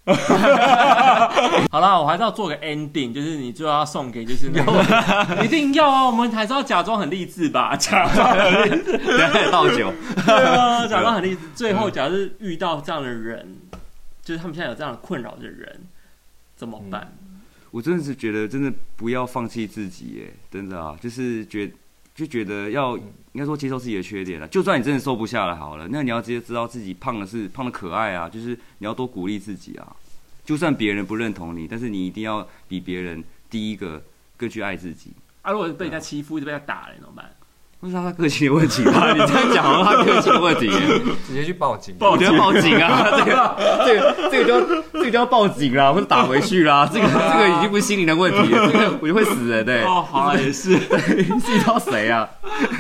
[SPEAKER 1] 好啦，我还是要做个 ending，就是你最后要送给就是那 个，一定要啊，我们还是要假装很励志吧，假装很励志，
[SPEAKER 4] 对啊 倒酒，
[SPEAKER 1] 对啊，假装很励志。最后，假如是遇到这样的人，就是他们现在有这样的困扰的人，怎么办？
[SPEAKER 4] 我真的是觉得真的不要放弃自己耶，真的啊，就是觉就觉得要应该说接受自己的缺点了，啊就算你真的瘦不下来好了，那你要直接知道自己胖的是胖的可爱啊，就是你要多鼓励自己啊，就算别人不认同你，但是你一定要比别人第一个更去爱自己。
[SPEAKER 1] 啊，如果被人家欺负，一直被人家打了，怎么办？
[SPEAKER 4] 那是他个性的问题 吧？你这样讲，好像他个性的问题耶，
[SPEAKER 3] 直接去报警，
[SPEAKER 4] 我觉得报警啊！这个、这个、这个就要这个就要报警啦，或者打回 去啦。这个、
[SPEAKER 3] 啊
[SPEAKER 4] 这个已经不是心灵的问题了，这个我就会死人的、欸。
[SPEAKER 1] 哦， 好啦，也 是，
[SPEAKER 4] 自己到谁啊？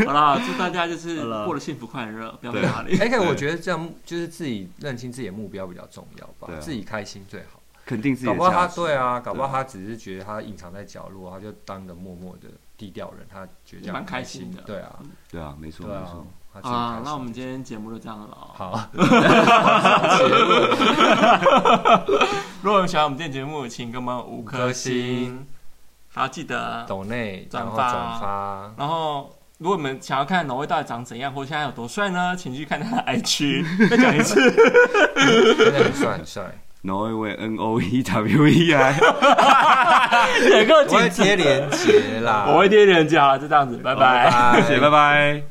[SPEAKER 1] 好啦，祝大家就是
[SPEAKER 4] 好啦
[SPEAKER 1] 过得幸福快乐，不要被
[SPEAKER 4] 对
[SPEAKER 1] 打理。
[SPEAKER 3] 哎，可我觉得这样就是自己认清自己的目标比较重要吧
[SPEAKER 4] 对，啊
[SPEAKER 3] 自己开心最好。
[SPEAKER 4] 肯定自己
[SPEAKER 3] 搞
[SPEAKER 4] 的
[SPEAKER 3] 不好他
[SPEAKER 4] 价值。
[SPEAKER 3] 对啊，搞不好他只是觉得他隐藏在角落，他就当个默默的低调人，他觉得这样
[SPEAKER 1] 蛮开
[SPEAKER 3] 心
[SPEAKER 1] 心的
[SPEAKER 3] 对啊，
[SPEAKER 4] 对啊，没错
[SPEAKER 3] 对
[SPEAKER 4] 没
[SPEAKER 3] 啊
[SPEAKER 4] 错。，
[SPEAKER 3] 他自己开
[SPEAKER 1] 啊
[SPEAKER 3] 心。，
[SPEAKER 1] 那我们今天节目就这样了哦。
[SPEAKER 3] 好，
[SPEAKER 1] 如果有喜欢我们今天节目，请给我们五颗
[SPEAKER 3] 五颗
[SPEAKER 1] 星，还要记得。
[SPEAKER 3] 抖内然
[SPEAKER 1] 转
[SPEAKER 3] 后转
[SPEAKER 1] 发
[SPEAKER 3] 发，
[SPEAKER 1] 然后，如果你们想要看挪威到底长怎样，或现在有多帅呢，请去看 他的 IG。再讲一 次，
[SPEAKER 3] 真的很帅很帅。
[SPEAKER 4] 挪威 N O E W E I，
[SPEAKER 1] 有个
[SPEAKER 3] 我会贴链接啦，
[SPEAKER 1] 我会贴链接，好了，就这样子，拜拜。
[SPEAKER 4] 哎谢谢，拜拜。